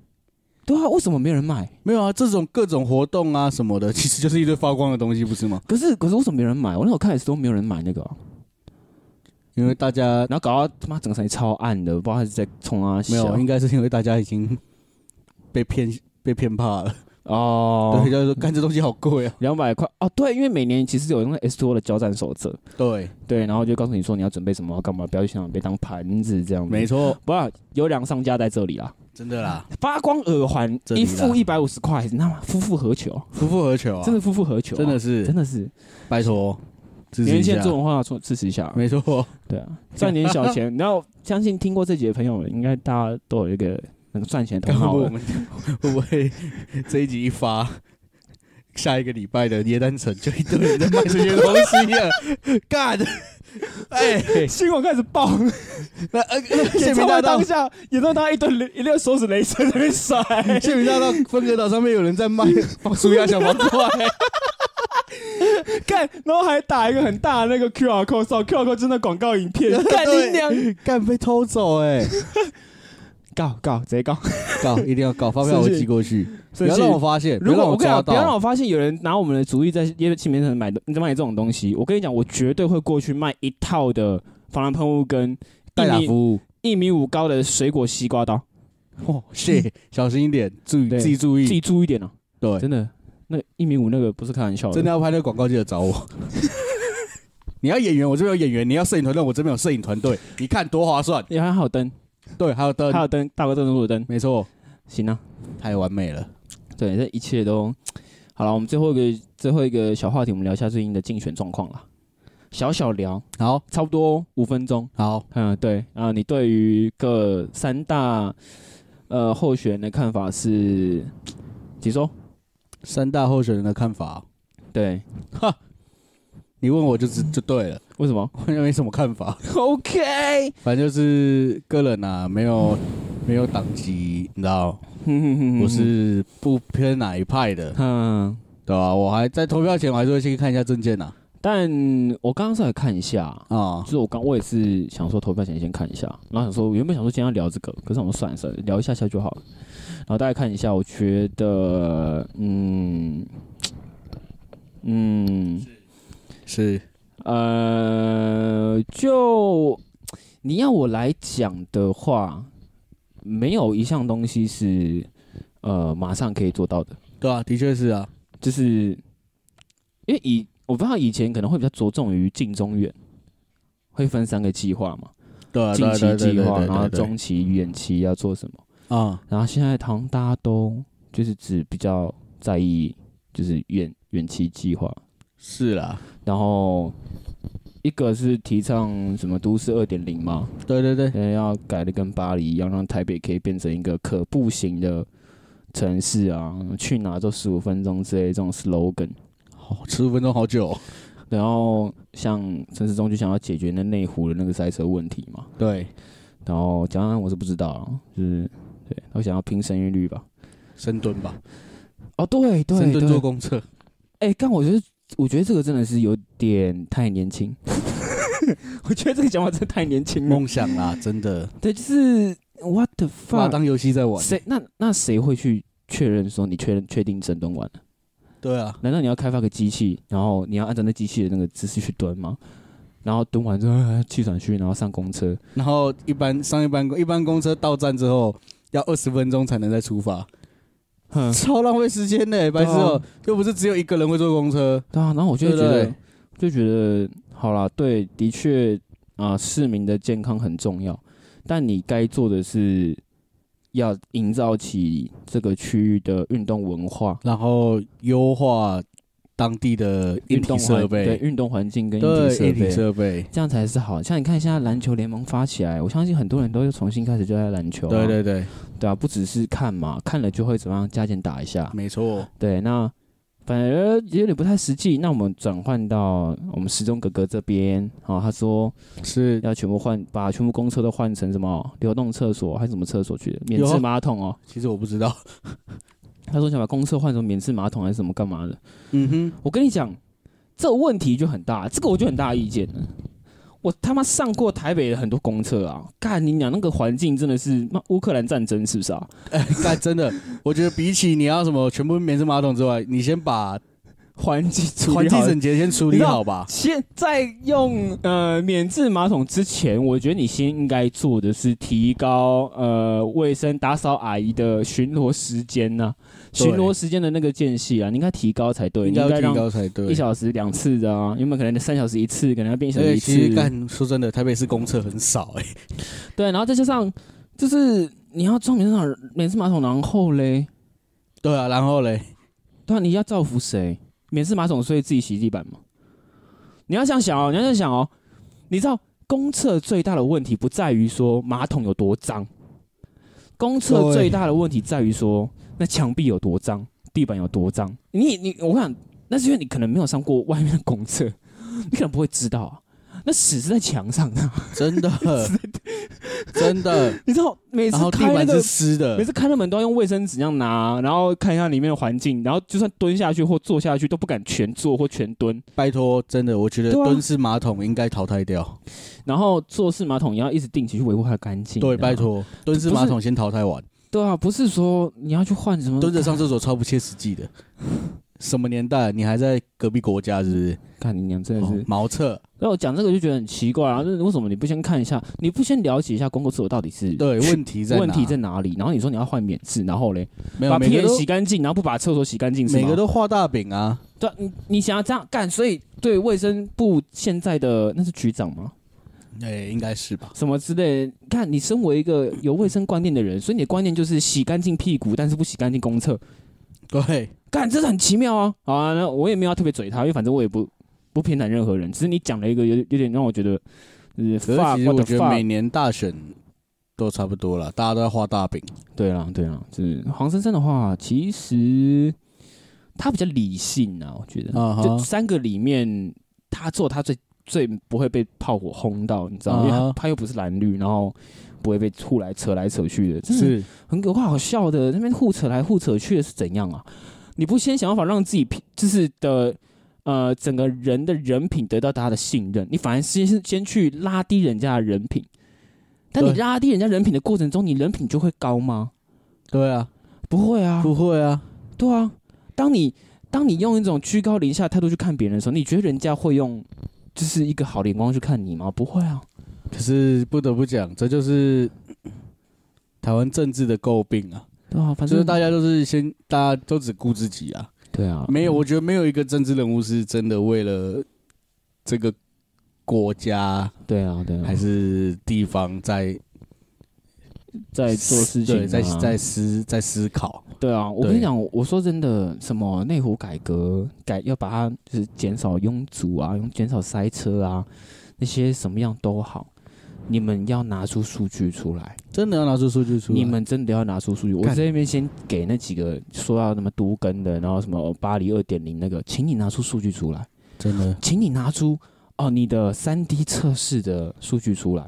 [SPEAKER 2] 对啊，为什么没有人买？
[SPEAKER 3] 没有啊，这种各种活动啊什么的， 其实就是一堆发光的东西，不是吗？
[SPEAKER 2] 可是可是为什么没人买？我那时候看的时候没有人买那个啊、
[SPEAKER 3] 因因为大家
[SPEAKER 2] 然后搞到他妈整个场地超暗的，不知道他是在冲啊
[SPEAKER 3] 没有，
[SPEAKER 2] 笑
[SPEAKER 3] 应该是因为大家已经被骗被骗怕了。
[SPEAKER 2] 哦
[SPEAKER 3] 对，，就是说干这东西好贵啊。
[SPEAKER 2] 两百块哦，对，因为每年其实有那个 S t o 的交战手册，
[SPEAKER 3] 对，
[SPEAKER 2] 对，然后就告诉你说你要准备什么，要干嘛，不要去现场被当盘子这样子。
[SPEAKER 3] 没错，
[SPEAKER 2] 不啊，优良商家在这里啦。
[SPEAKER 3] 真的啦，
[SPEAKER 2] 发光耳环
[SPEAKER 3] 这里
[SPEAKER 2] 一
[SPEAKER 3] 啦
[SPEAKER 2] 副一百五十块，你知道吗？夫复何求？
[SPEAKER 3] 夫复何求啊！
[SPEAKER 2] 真的夫复何求啊、
[SPEAKER 3] 真的是
[SPEAKER 2] 真的是。
[SPEAKER 3] 拜托，支持一
[SPEAKER 2] 年
[SPEAKER 3] 下
[SPEAKER 2] 限。中文化出支持一下，
[SPEAKER 3] 没错，
[SPEAKER 2] 对啊，赚点小 钱。然后相信听过这集的朋友们，应该大家都有一个那个赚钱的
[SPEAKER 3] 刚
[SPEAKER 2] 头 脑了。
[SPEAKER 3] 会不会我们会不会这一集一发，下一个礼拜的耶诞城就一堆人 在卖这些东西啊？干！哎，
[SPEAKER 2] 新闻开始爆，
[SPEAKER 3] 那呃，那谢
[SPEAKER 2] 演
[SPEAKER 3] 明
[SPEAKER 2] 唱
[SPEAKER 3] 大
[SPEAKER 2] 会
[SPEAKER 3] 道
[SPEAKER 2] 当，下，演唱会当下一顿雷一溜手指雷声在那边 甩，
[SPEAKER 3] 谢明大道分隔岛上面有人在 卖放苏亚小黄瓜，哎
[SPEAKER 2] 干，然后还打一个很大的那个 QR code 扫 QR code 真的广告影 片，干
[SPEAKER 3] 对
[SPEAKER 2] 你娘！
[SPEAKER 3] 干被偷走哎！
[SPEAKER 2] 告告直接告！
[SPEAKER 3] 告一定要告，发票我会寄过去，不
[SPEAKER 2] 生
[SPEAKER 3] 要
[SPEAKER 2] 气
[SPEAKER 3] 让我发现，不
[SPEAKER 2] 如
[SPEAKER 3] 要
[SPEAKER 2] 果
[SPEAKER 3] 让
[SPEAKER 2] 我跟你
[SPEAKER 3] 抓
[SPEAKER 2] 讲，不要让
[SPEAKER 3] 到。
[SPEAKER 2] 我发现有人拿我们的主意在夜市面上买的买这种东西，我跟你讲，我绝对会过去卖一套的防狼喷雾跟
[SPEAKER 3] 代打
[SPEAKER 2] 一米
[SPEAKER 3] 服务，
[SPEAKER 2] 一米五高的水果西瓜刀，
[SPEAKER 3] 哦，谢，小心一点，注意
[SPEAKER 2] 对
[SPEAKER 3] 自己注
[SPEAKER 2] 自
[SPEAKER 3] 意，
[SPEAKER 2] 己注意点哦、
[SPEAKER 3] 对，
[SPEAKER 2] 真的，那一米五那个不是开玩笑的，
[SPEAKER 3] 真的要啊拍那个广告，记得找我。 你要演员，我这边有演员；你要摄影团队，我这边有摄影团队。你看多划算，
[SPEAKER 2] 也还好灯，
[SPEAKER 3] 对，还有灯
[SPEAKER 2] 还，有灯，大哥灯路的灯，
[SPEAKER 3] 没错，
[SPEAKER 2] 行啊，
[SPEAKER 3] 太完美了。
[SPEAKER 2] 对，这一切都好了。我们最后一个最后一个小话题，我们聊一下最近的竞选状况啦，小小聊，
[SPEAKER 3] 好，
[SPEAKER 2] 差不多五分钟。
[SPEAKER 3] 好，
[SPEAKER 2] 嗯，对啊，你对于各三大呃候选人的看法是？几说？
[SPEAKER 3] 三大候选人的看法，
[SPEAKER 2] 对，
[SPEAKER 3] 你问我就知
[SPEAKER 2] 嗯
[SPEAKER 3] 就对了，
[SPEAKER 2] 为什么
[SPEAKER 3] 我也没什么看法。
[SPEAKER 2] ？OK，
[SPEAKER 3] 反正就是个人啊，没有没有党籍，你知道，
[SPEAKER 2] 嗯
[SPEAKER 3] 我
[SPEAKER 2] 我
[SPEAKER 3] 是不偏哪一派的，
[SPEAKER 2] 嗯，
[SPEAKER 3] 对吧、我还在投票前，我还是会先看一下证件呐、
[SPEAKER 2] 但我刚刚稍微看一下。
[SPEAKER 3] 啊。
[SPEAKER 2] 就是我刚我也是想说投票前先看一下，然后想说我原本想说今天要聊这个，可是我们算了算了，聊一下下就好了。然后大家看一下，我觉得，嗯，嗯，
[SPEAKER 3] 是
[SPEAKER 2] 呃，就你要我来讲的话，没有一项东西是呃马上可以做到的，
[SPEAKER 3] 对啊，的确是啊，
[SPEAKER 2] 就是因为以我不知道以前可能会比较着重于近中远，会分三个计划嘛，
[SPEAKER 3] 对啊，对
[SPEAKER 2] 近
[SPEAKER 3] 啊
[SPEAKER 2] 期计划，然后，
[SPEAKER 3] 对啊对啊对啊对啊
[SPEAKER 2] 中期、远期要做什么，
[SPEAKER 3] 对啊啊，
[SPEAKER 2] 然后现在好像大家都就是只比较在意就是远远期计划，
[SPEAKER 3] 是啦，
[SPEAKER 2] 然后一个是提倡什么都市二点零嘛，
[SPEAKER 3] 对对对，
[SPEAKER 2] 呃要改的跟巴黎一样，让台北可以变成一个可步行的城市啊，去哪都十五分钟之类这种 slogan。
[SPEAKER 3] 十五分钟好久哦、
[SPEAKER 2] 然后像陈市中就想要解决那内湖的那个塞车问题嘛，
[SPEAKER 3] 对，
[SPEAKER 2] 然后蒋安我是不知道啊，就是对，他想要拼生育率吧。
[SPEAKER 3] 深蹲吧，
[SPEAKER 2] 哦，对
[SPEAKER 3] 深
[SPEAKER 2] 对
[SPEAKER 3] 蹲做
[SPEAKER 2] 对，
[SPEAKER 3] 公厕，
[SPEAKER 2] 哎，刚我觉得我觉得这个真的是有点太年轻， 我觉得这个想法真的太年轻了。
[SPEAKER 3] 梦想啦，真的，
[SPEAKER 2] 对，就是 what the
[SPEAKER 3] 把它
[SPEAKER 2] fuck？
[SPEAKER 3] 当游戏在玩。
[SPEAKER 2] 谁那那谁会去确认说你确认确定深蹲完了？
[SPEAKER 3] 对啊，
[SPEAKER 2] 难道你要开发个机器，然后你要按照那机器的那个姿势去蹲吗？然后蹲完之后哎气喘吁，然后上公车，
[SPEAKER 3] 然后一般上一班公一般公车到站之后要二十分钟才能再出发，
[SPEAKER 2] 哼，
[SPEAKER 3] 超浪费时间的、白痴
[SPEAKER 2] 啊
[SPEAKER 3] 哦、又不是只有一个人会坐公车。
[SPEAKER 2] 对啊。然后我就会觉
[SPEAKER 3] 对
[SPEAKER 2] 得，
[SPEAKER 3] 不
[SPEAKER 2] 就觉得好啦，对，的确啊、市民的健康很重要，但你该做的是要营造起这个区域的运动文化。
[SPEAKER 3] 然后优化当地的
[SPEAKER 2] 运
[SPEAKER 3] 硬体
[SPEAKER 2] 动
[SPEAKER 3] 设
[SPEAKER 2] 环对
[SPEAKER 3] 备，
[SPEAKER 2] 运动环境跟硬体
[SPEAKER 3] 对
[SPEAKER 2] 设
[SPEAKER 3] 硬体
[SPEAKER 2] 备，
[SPEAKER 3] 设备，
[SPEAKER 2] 这样才是好。像你看，现在篮球联盟发起来，我相信很多人都又重新开始热爱篮球、啊。
[SPEAKER 3] 对对对，
[SPEAKER 2] 对啊，不只是看嘛，看了就会怎么样加减打一下。
[SPEAKER 3] 没错，
[SPEAKER 2] 对，那反而有点不太实际。那我们转换到我们时钟哥哥这边啊、他说
[SPEAKER 3] 是
[SPEAKER 2] 要全部换，把全部公厕都换成什么流动厕所还是什么厕所去的免
[SPEAKER 3] 有
[SPEAKER 2] 治
[SPEAKER 3] 啊
[SPEAKER 2] 马桶哦。
[SPEAKER 3] 其实我不知道，
[SPEAKER 2] 他说想把公厕换成免治马桶还是什么干嘛的。
[SPEAKER 3] 嗯哼，
[SPEAKER 2] 我跟你讲，这问题就很大，这个我就很大意见了。我他妈上过台北的很多公厕啊，干你娘那个环境真的是妈乌克兰战争是不是啊？
[SPEAKER 3] 哎，干真的，我觉得比起你要什么全部免治马桶之外，你先把
[SPEAKER 2] 环境处
[SPEAKER 3] 环
[SPEAKER 2] 理
[SPEAKER 3] 境
[SPEAKER 2] 好了
[SPEAKER 3] 整洁先处理好吧。
[SPEAKER 2] 现在用呃免治马桶之前，我觉得你先应该做的是提高呃卫生打扫阿姨的巡逻时间呐、
[SPEAKER 3] 对
[SPEAKER 2] 巡逻时间的那个间隙啊，你应该提高才对，
[SPEAKER 3] 应
[SPEAKER 2] 你
[SPEAKER 3] 该要提
[SPEAKER 2] 让
[SPEAKER 3] 高才对
[SPEAKER 2] 一。小时两次的啊，原本可能三小时一次，可能要变一小
[SPEAKER 3] 而
[SPEAKER 2] 时
[SPEAKER 3] 且
[SPEAKER 2] 一
[SPEAKER 3] 其实
[SPEAKER 2] 次。
[SPEAKER 3] 干说真的，台北市公厕很少 哎、
[SPEAKER 2] 对，然后再加上就是你要装免治马桶免治马桶，然后嘞，
[SPEAKER 3] 对啊，然后嘞，
[SPEAKER 2] 对啊，你要造福谁？免治马桶所以自己洗地板吗？你要这样想哦，你要这样想哦。你知道公厕最大的问题不在于说马桶有多脏，公厕
[SPEAKER 3] 对
[SPEAKER 2] 最大的问题在于说那墙壁有多脏，地板有多脏。你你我想，那是因为你可能没有上过外面的公厕，你可能不会知道啊。那屎是在墙上的，啊
[SPEAKER 3] 真的，真的。
[SPEAKER 2] 你知道每次
[SPEAKER 3] 然后地
[SPEAKER 2] 开那
[SPEAKER 3] 板
[SPEAKER 2] 个
[SPEAKER 3] 是湿
[SPEAKER 2] 每
[SPEAKER 3] 的，
[SPEAKER 2] 次开了门都要用卫生纸这样拿，然后看一下里面的环境，然后就算蹲下去或坐下去都不敢全坐或全蹲，
[SPEAKER 3] 拜托，真的，我觉得
[SPEAKER 2] 对啊
[SPEAKER 3] 蹲式马桶应该淘汰掉。
[SPEAKER 2] 然后坐式马桶也要一直定期去维护它的干净。
[SPEAKER 3] 对，
[SPEAKER 2] 你知道吗
[SPEAKER 3] 拜。托，蹲式马桶先淘汰完。
[SPEAKER 2] 对啊，不是说你要去换什么
[SPEAKER 3] 蹲着上厕所超不切实际的。什么年代？你还在隔壁国家是不是？
[SPEAKER 2] 看你娘真的
[SPEAKER 3] 哦
[SPEAKER 2] 是。
[SPEAKER 3] 茅厕，
[SPEAKER 2] 那、我讲这个就觉得很奇怪啊，就是为什么你不先看一下，你不先了解一下公共厕所到底是
[SPEAKER 3] 对，问题在哪
[SPEAKER 2] 问题在哪里？然后你说你要换免治，然后嘞，
[SPEAKER 3] 没有
[SPEAKER 2] 把
[SPEAKER 3] 每
[SPEAKER 2] 屁
[SPEAKER 3] 个
[SPEAKER 2] 眼
[SPEAKER 3] 都
[SPEAKER 2] 洗干净，然后不把厕所洗干净，是吗
[SPEAKER 3] 每个都画大饼啊。
[SPEAKER 2] 对啊、你你想要这样干，所以对卫生部现在的那是局长吗？
[SPEAKER 3] 哎、应该是吧？
[SPEAKER 2] 什么之类的。看你身为一个有卫生观念的人，所以你的观念就是洗干净屁股，但是不洗干净公厕。
[SPEAKER 3] 对，
[SPEAKER 2] 干，这是很奇妙啊！好啊，那我也没有要特别嘴他，因为反正我也不不偏袒任何人，只是你讲了一个有有点让我觉得，呃，
[SPEAKER 3] 可是其实
[SPEAKER 2] fuck，what
[SPEAKER 3] 我
[SPEAKER 2] the
[SPEAKER 3] 觉得
[SPEAKER 2] fuck
[SPEAKER 3] 每年大选都差不多了，大家都在画大饼。
[SPEAKER 2] 对啦，对啦，就是黄珊珊的话，其实她比较理性啊，我觉得
[SPEAKER 3] 啊哈
[SPEAKER 2] 就三个里面，她做她最最不会被炮火轰到，你知道吗
[SPEAKER 3] 啊哈
[SPEAKER 2] 因为她她又不是蓝绿，然后不会被互来扯来扯去的，真的很可怕，好笑的。那边互扯来互扯去的是怎样啊？你不先想办法让自己平就是的呃整个人的人品得到大家的信任，你反而先先去拉低人家的人品。但你
[SPEAKER 3] 对
[SPEAKER 2] 拉低人家人品的过程中，你人品就会高吗？
[SPEAKER 3] 对啊，
[SPEAKER 2] 不会啊，
[SPEAKER 3] 不会啊，
[SPEAKER 2] 对啊。当你当你用一种居高临下的态度去看别人的时候，你觉得人家会用就是一个好的眼光去看你吗？不会啊。
[SPEAKER 3] 可是不得不讲，这就是台湾政治的诟病啊，
[SPEAKER 2] 对啊，反
[SPEAKER 3] 就是
[SPEAKER 2] 正
[SPEAKER 3] 大家都是先，大家都只顾自己啊，
[SPEAKER 2] 对啊，
[SPEAKER 3] 没有，我觉得没有一个政治人物是真的为了这个国家
[SPEAKER 2] 对啊，对啊，
[SPEAKER 3] 还是地方在
[SPEAKER 2] 在做事情、啊，
[SPEAKER 3] 对，在在思在思考，
[SPEAKER 2] 对啊，我
[SPEAKER 3] 对
[SPEAKER 2] 跟你讲，我我说真的，什么内湖改革改要把它就是减少拥堵啊，用减少塞车啊，那些什么样都好，你们要拿出数据出来，
[SPEAKER 3] 真的要拿出数据出来。
[SPEAKER 2] 你们真的要拿出数据。我
[SPEAKER 3] 干
[SPEAKER 2] 在那边先给那几个说要什么都更的，然后什么巴黎二点零那个，请你拿出数据出来，
[SPEAKER 3] 真的
[SPEAKER 2] 请你拿出哦你的三 D 测试的数据出来。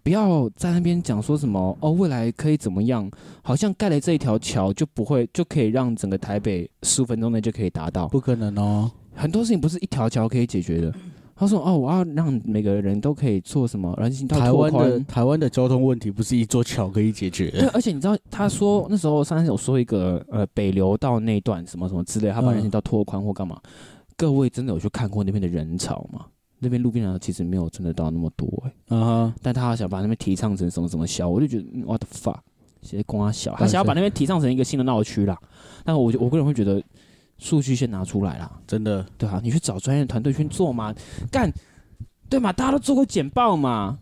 [SPEAKER 2] 不要在那边讲说什么哦，未来可以怎么样？好像盖了这一条桥就不会，就可以让整个台北十五分钟内就可以达到。
[SPEAKER 3] 不可能哦，
[SPEAKER 2] 很多事情不是一条桥可以解决的。他说哦，我要让每个人都可以做什么人行道
[SPEAKER 3] 台
[SPEAKER 2] 拓
[SPEAKER 3] 湾的
[SPEAKER 2] 宽。
[SPEAKER 3] 台湾的交通问题不是一座桥可以解决
[SPEAKER 2] 对，
[SPEAKER 3] 的。
[SPEAKER 2] 而且你知道，他说那时候上次有说一个呃北流道那段什么什么之类，他把
[SPEAKER 3] 嗯
[SPEAKER 2] 人行道拓宽或干嘛？各位真的有去看过那边的人潮吗？那边路边人潮其实没有真的到那么多、欸，
[SPEAKER 3] 啊哈，
[SPEAKER 2] 但他好想把那边提倡成什么什么小，我就觉得、嗯、what the fuck，谁光他啊小，
[SPEAKER 3] 对
[SPEAKER 2] 他想要把那边提倡成一个新的闹区啦。但我就我个人会觉得，数据先拿出来啦，
[SPEAKER 3] 真的
[SPEAKER 2] 对啊，你去找专业的团队去做嘛，干，对嘛，大家都做过简报嘛，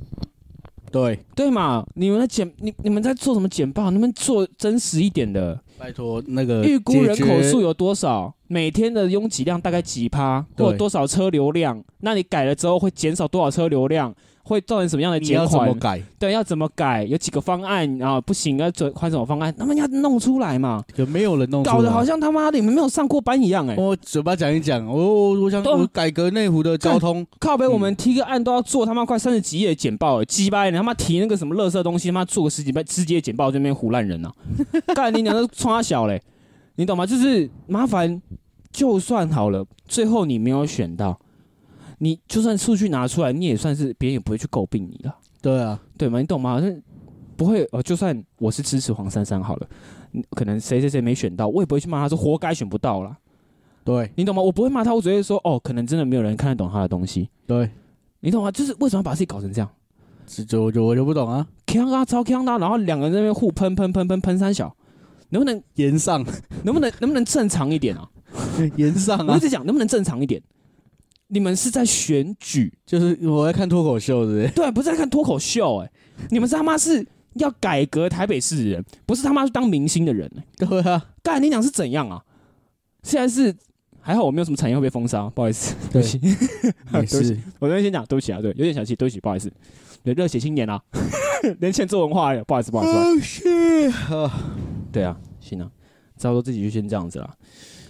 [SPEAKER 3] 对，
[SPEAKER 2] 对嘛，你们的简你你们在做什么简报？你们做真实一点的，
[SPEAKER 3] 拜托那个
[SPEAKER 2] 预估人口数
[SPEAKER 3] 解决
[SPEAKER 2] 有多少，每天的拥挤量大概几趴，
[SPEAKER 3] 对
[SPEAKER 2] 或者多少车流量？那你改了之后会减少多少车流量？会造成什么样的
[SPEAKER 3] 你
[SPEAKER 2] 减
[SPEAKER 3] 要怎
[SPEAKER 2] 缓
[SPEAKER 3] 么？改？
[SPEAKER 2] 对，要怎么改？有几个方案啊？不行，要转换什么方案？他们要弄出来嘛，
[SPEAKER 3] 有没有人弄出来？
[SPEAKER 2] 搞得好像他妈的你们没有上过班一样哎、
[SPEAKER 3] 我嘴巴讲一讲，我我我想
[SPEAKER 2] 对啊
[SPEAKER 3] 我改革内湖的交通，
[SPEAKER 2] 靠北，我们提个案都要做他妈快三十几页的简报、欸，鸡巴欸！你他妈提那个什么垃圾东西，他妈做个十几倍、十几页简报，这边胡烂人呐、啊！干你娘的，冲他小嘞，你懂吗？就是麻烦，就算好了，最后你没有选到，你就算数据拿出来，你也算是别人也不会去诟病你了。
[SPEAKER 3] 对啊，
[SPEAKER 2] 对吗？你懂吗？好像不会，呃，就算我是支持黄珊珊好了，嗯可能谁谁谁没选到，我也不会去骂他说活该选不到啦。
[SPEAKER 3] 对
[SPEAKER 2] 你懂吗？我不会骂他，我只会说哦，可能真的没有人看得懂他的东西，
[SPEAKER 3] 对，
[SPEAKER 2] 你懂吗？就是为什么要把自己搞成这样？
[SPEAKER 3] 这就我就我就不懂啊，
[SPEAKER 2] 呛啊，超呛啊，然后两个人在那边互喷喷喷喷喷三小，能不能
[SPEAKER 3] 言上
[SPEAKER 2] 能不能能不能正常一点啊？
[SPEAKER 3] 言上
[SPEAKER 2] 我
[SPEAKER 3] 啊
[SPEAKER 2] 一，直讲能不能正常一点？你们是在选举，
[SPEAKER 3] 就是我在看脱口秀的，
[SPEAKER 2] 对，啊不是在看脱口秀、哎，你们是他妈是要改革台北市的人，不是他妈是当明星的人、哎
[SPEAKER 3] 对啊，
[SPEAKER 2] 干你讲是怎样啊？现在是还好我没有什么产业会被封杀，不好意思，对不起，
[SPEAKER 3] 也 是，
[SPEAKER 2] 我这边先讲，对不起啊，对，有点小气，对不起，不好意思，对，热血青年啊， 连欠做文化而已，不好意思，不好意思，不好意思
[SPEAKER 3] 是啊，
[SPEAKER 2] 对啊，行啊，差不多这集就先这样子啦。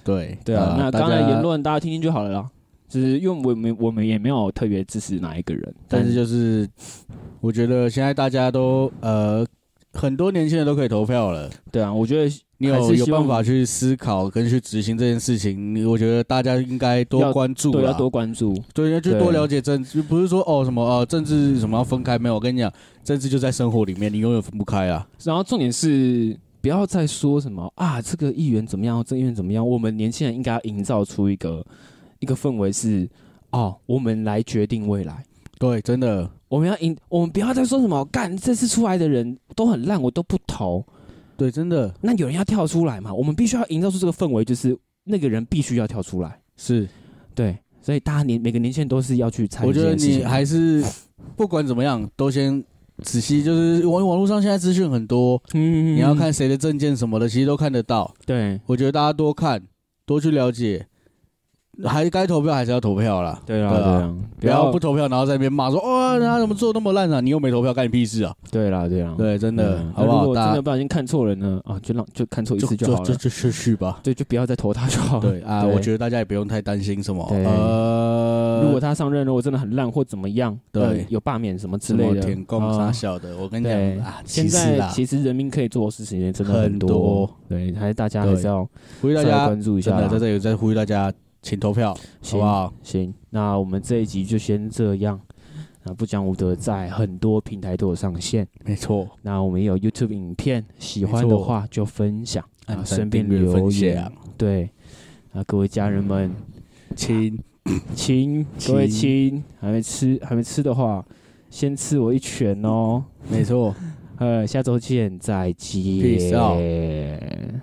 [SPEAKER 3] 对
[SPEAKER 2] 对啊，那刚才言，
[SPEAKER 3] 大家
[SPEAKER 2] 论大家听听就好了啦。就是因为我们我们也没有特别支持哪一个人，
[SPEAKER 3] 但是就是我觉得现在大家都呃很多年轻人都可以投票了。
[SPEAKER 2] 对啊，我觉得
[SPEAKER 3] 你
[SPEAKER 2] 还
[SPEAKER 3] 有
[SPEAKER 2] 是
[SPEAKER 3] 有
[SPEAKER 2] 希望
[SPEAKER 3] 办法去思考跟去执行这件事情，你我觉得大家应该
[SPEAKER 2] 要
[SPEAKER 3] 多关注
[SPEAKER 2] 对
[SPEAKER 3] 啦
[SPEAKER 2] 要多关注，
[SPEAKER 3] 对，要去
[SPEAKER 2] 对
[SPEAKER 3] 多了解政治，不是说哦什么呃政治什么要分开，没有，我跟你讲，政治就在生活里面，你永远分不开啊。
[SPEAKER 2] 然后重点是不要再说什么啊，这个议员怎么样，这个议员怎么样，我们年轻人应该要营造出一个一个氛围是哦，我们来决定未来。
[SPEAKER 3] 对，真的，
[SPEAKER 2] 我们要赢，我们不要再说什么干这次出来的人都很烂，我都不投。
[SPEAKER 3] 对，真的
[SPEAKER 2] 那有人要跳出来嘛？我们必须要营造出这个氛围，就是那个人必须要跳出来。
[SPEAKER 3] 是，
[SPEAKER 2] 对，所以大家年每个年轻人都是要去参与
[SPEAKER 3] 我觉
[SPEAKER 2] 这
[SPEAKER 3] 得
[SPEAKER 2] 件事
[SPEAKER 3] 你
[SPEAKER 2] 情。
[SPEAKER 3] 还是不管怎么样，都先仔细，就是网网络上现在资讯很多，
[SPEAKER 2] 嗯
[SPEAKER 3] 你要看谁的证件什么的，其实都看得到。
[SPEAKER 2] 对
[SPEAKER 3] 我觉得大家多看，多去了解，还该投票还是要投票啦。
[SPEAKER 2] 对啊
[SPEAKER 3] 对啊
[SPEAKER 2] 对啊，
[SPEAKER 3] 不要不投票，然后在那边骂说，哦，他怎么做那么烂啊？你又没投票，干你屁事啊！
[SPEAKER 2] 对啦对啦，
[SPEAKER 3] 对，真的，
[SPEAKER 2] 嗯
[SPEAKER 3] 好
[SPEAKER 2] 那
[SPEAKER 3] 不
[SPEAKER 2] 如
[SPEAKER 3] 好？
[SPEAKER 2] 果真
[SPEAKER 3] 大
[SPEAKER 2] 的
[SPEAKER 3] 家
[SPEAKER 2] 不小心看错人呢啊，就让就看错一
[SPEAKER 3] 就
[SPEAKER 2] 次
[SPEAKER 3] 就
[SPEAKER 2] 好
[SPEAKER 3] 就
[SPEAKER 2] 了。
[SPEAKER 3] 就去去吧。
[SPEAKER 2] 对，就不要再投他就好了。
[SPEAKER 3] 对啊，我觉得大家也不用太担心什么，
[SPEAKER 2] 对
[SPEAKER 3] 呃，
[SPEAKER 2] 如果他上任了，我真的很烂或怎么样，
[SPEAKER 3] 对
[SPEAKER 2] 呃有罢免什么之
[SPEAKER 3] 什么
[SPEAKER 2] 类的，
[SPEAKER 3] 舔共
[SPEAKER 2] 啊
[SPEAKER 3] 啥小的，我跟你
[SPEAKER 2] 对
[SPEAKER 3] 讲啊，
[SPEAKER 2] 现
[SPEAKER 3] 其实
[SPEAKER 2] 在
[SPEAKER 3] 啦，
[SPEAKER 2] 其实人民可以做的事情也真的
[SPEAKER 3] 很
[SPEAKER 2] 多，
[SPEAKER 3] 多
[SPEAKER 2] 对，还是大家还是
[SPEAKER 3] 对
[SPEAKER 2] 要
[SPEAKER 3] 呼吁大
[SPEAKER 2] 稍微
[SPEAKER 3] 家
[SPEAKER 2] 关注一
[SPEAKER 3] 真
[SPEAKER 2] 下啦
[SPEAKER 3] 的在这里再呼吁大家，请投票，好
[SPEAKER 2] 行
[SPEAKER 3] 不好？
[SPEAKER 2] 行，那我们这一集就先这样。啊，不讲武德在很多平台都有上线，
[SPEAKER 3] 没错，
[SPEAKER 2] 那我们也有 YouTube 影片，喜欢
[SPEAKER 3] 没
[SPEAKER 2] 的
[SPEAKER 3] 错
[SPEAKER 2] 话就分享啊，
[SPEAKER 3] 按
[SPEAKER 2] 顺
[SPEAKER 3] 赞、
[SPEAKER 2] 便
[SPEAKER 3] 订阅、
[SPEAKER 2] 留
[SPEAKER 3] 分享
[SPEAKER 2] 言。，对，啊，各位家人们，
[SPEAKER 3] 亲，
[SPEAKER 2] 亲，各位
[SPEAKER 3] 亲
[SPEAKER 2] 亲，还没吃还没吃的话，先吃我一拳哦。
[SPEAKER 3] 没错。
[SPEAKER 2] 呃，下周见，再见。
[SPEAKER 3] Peace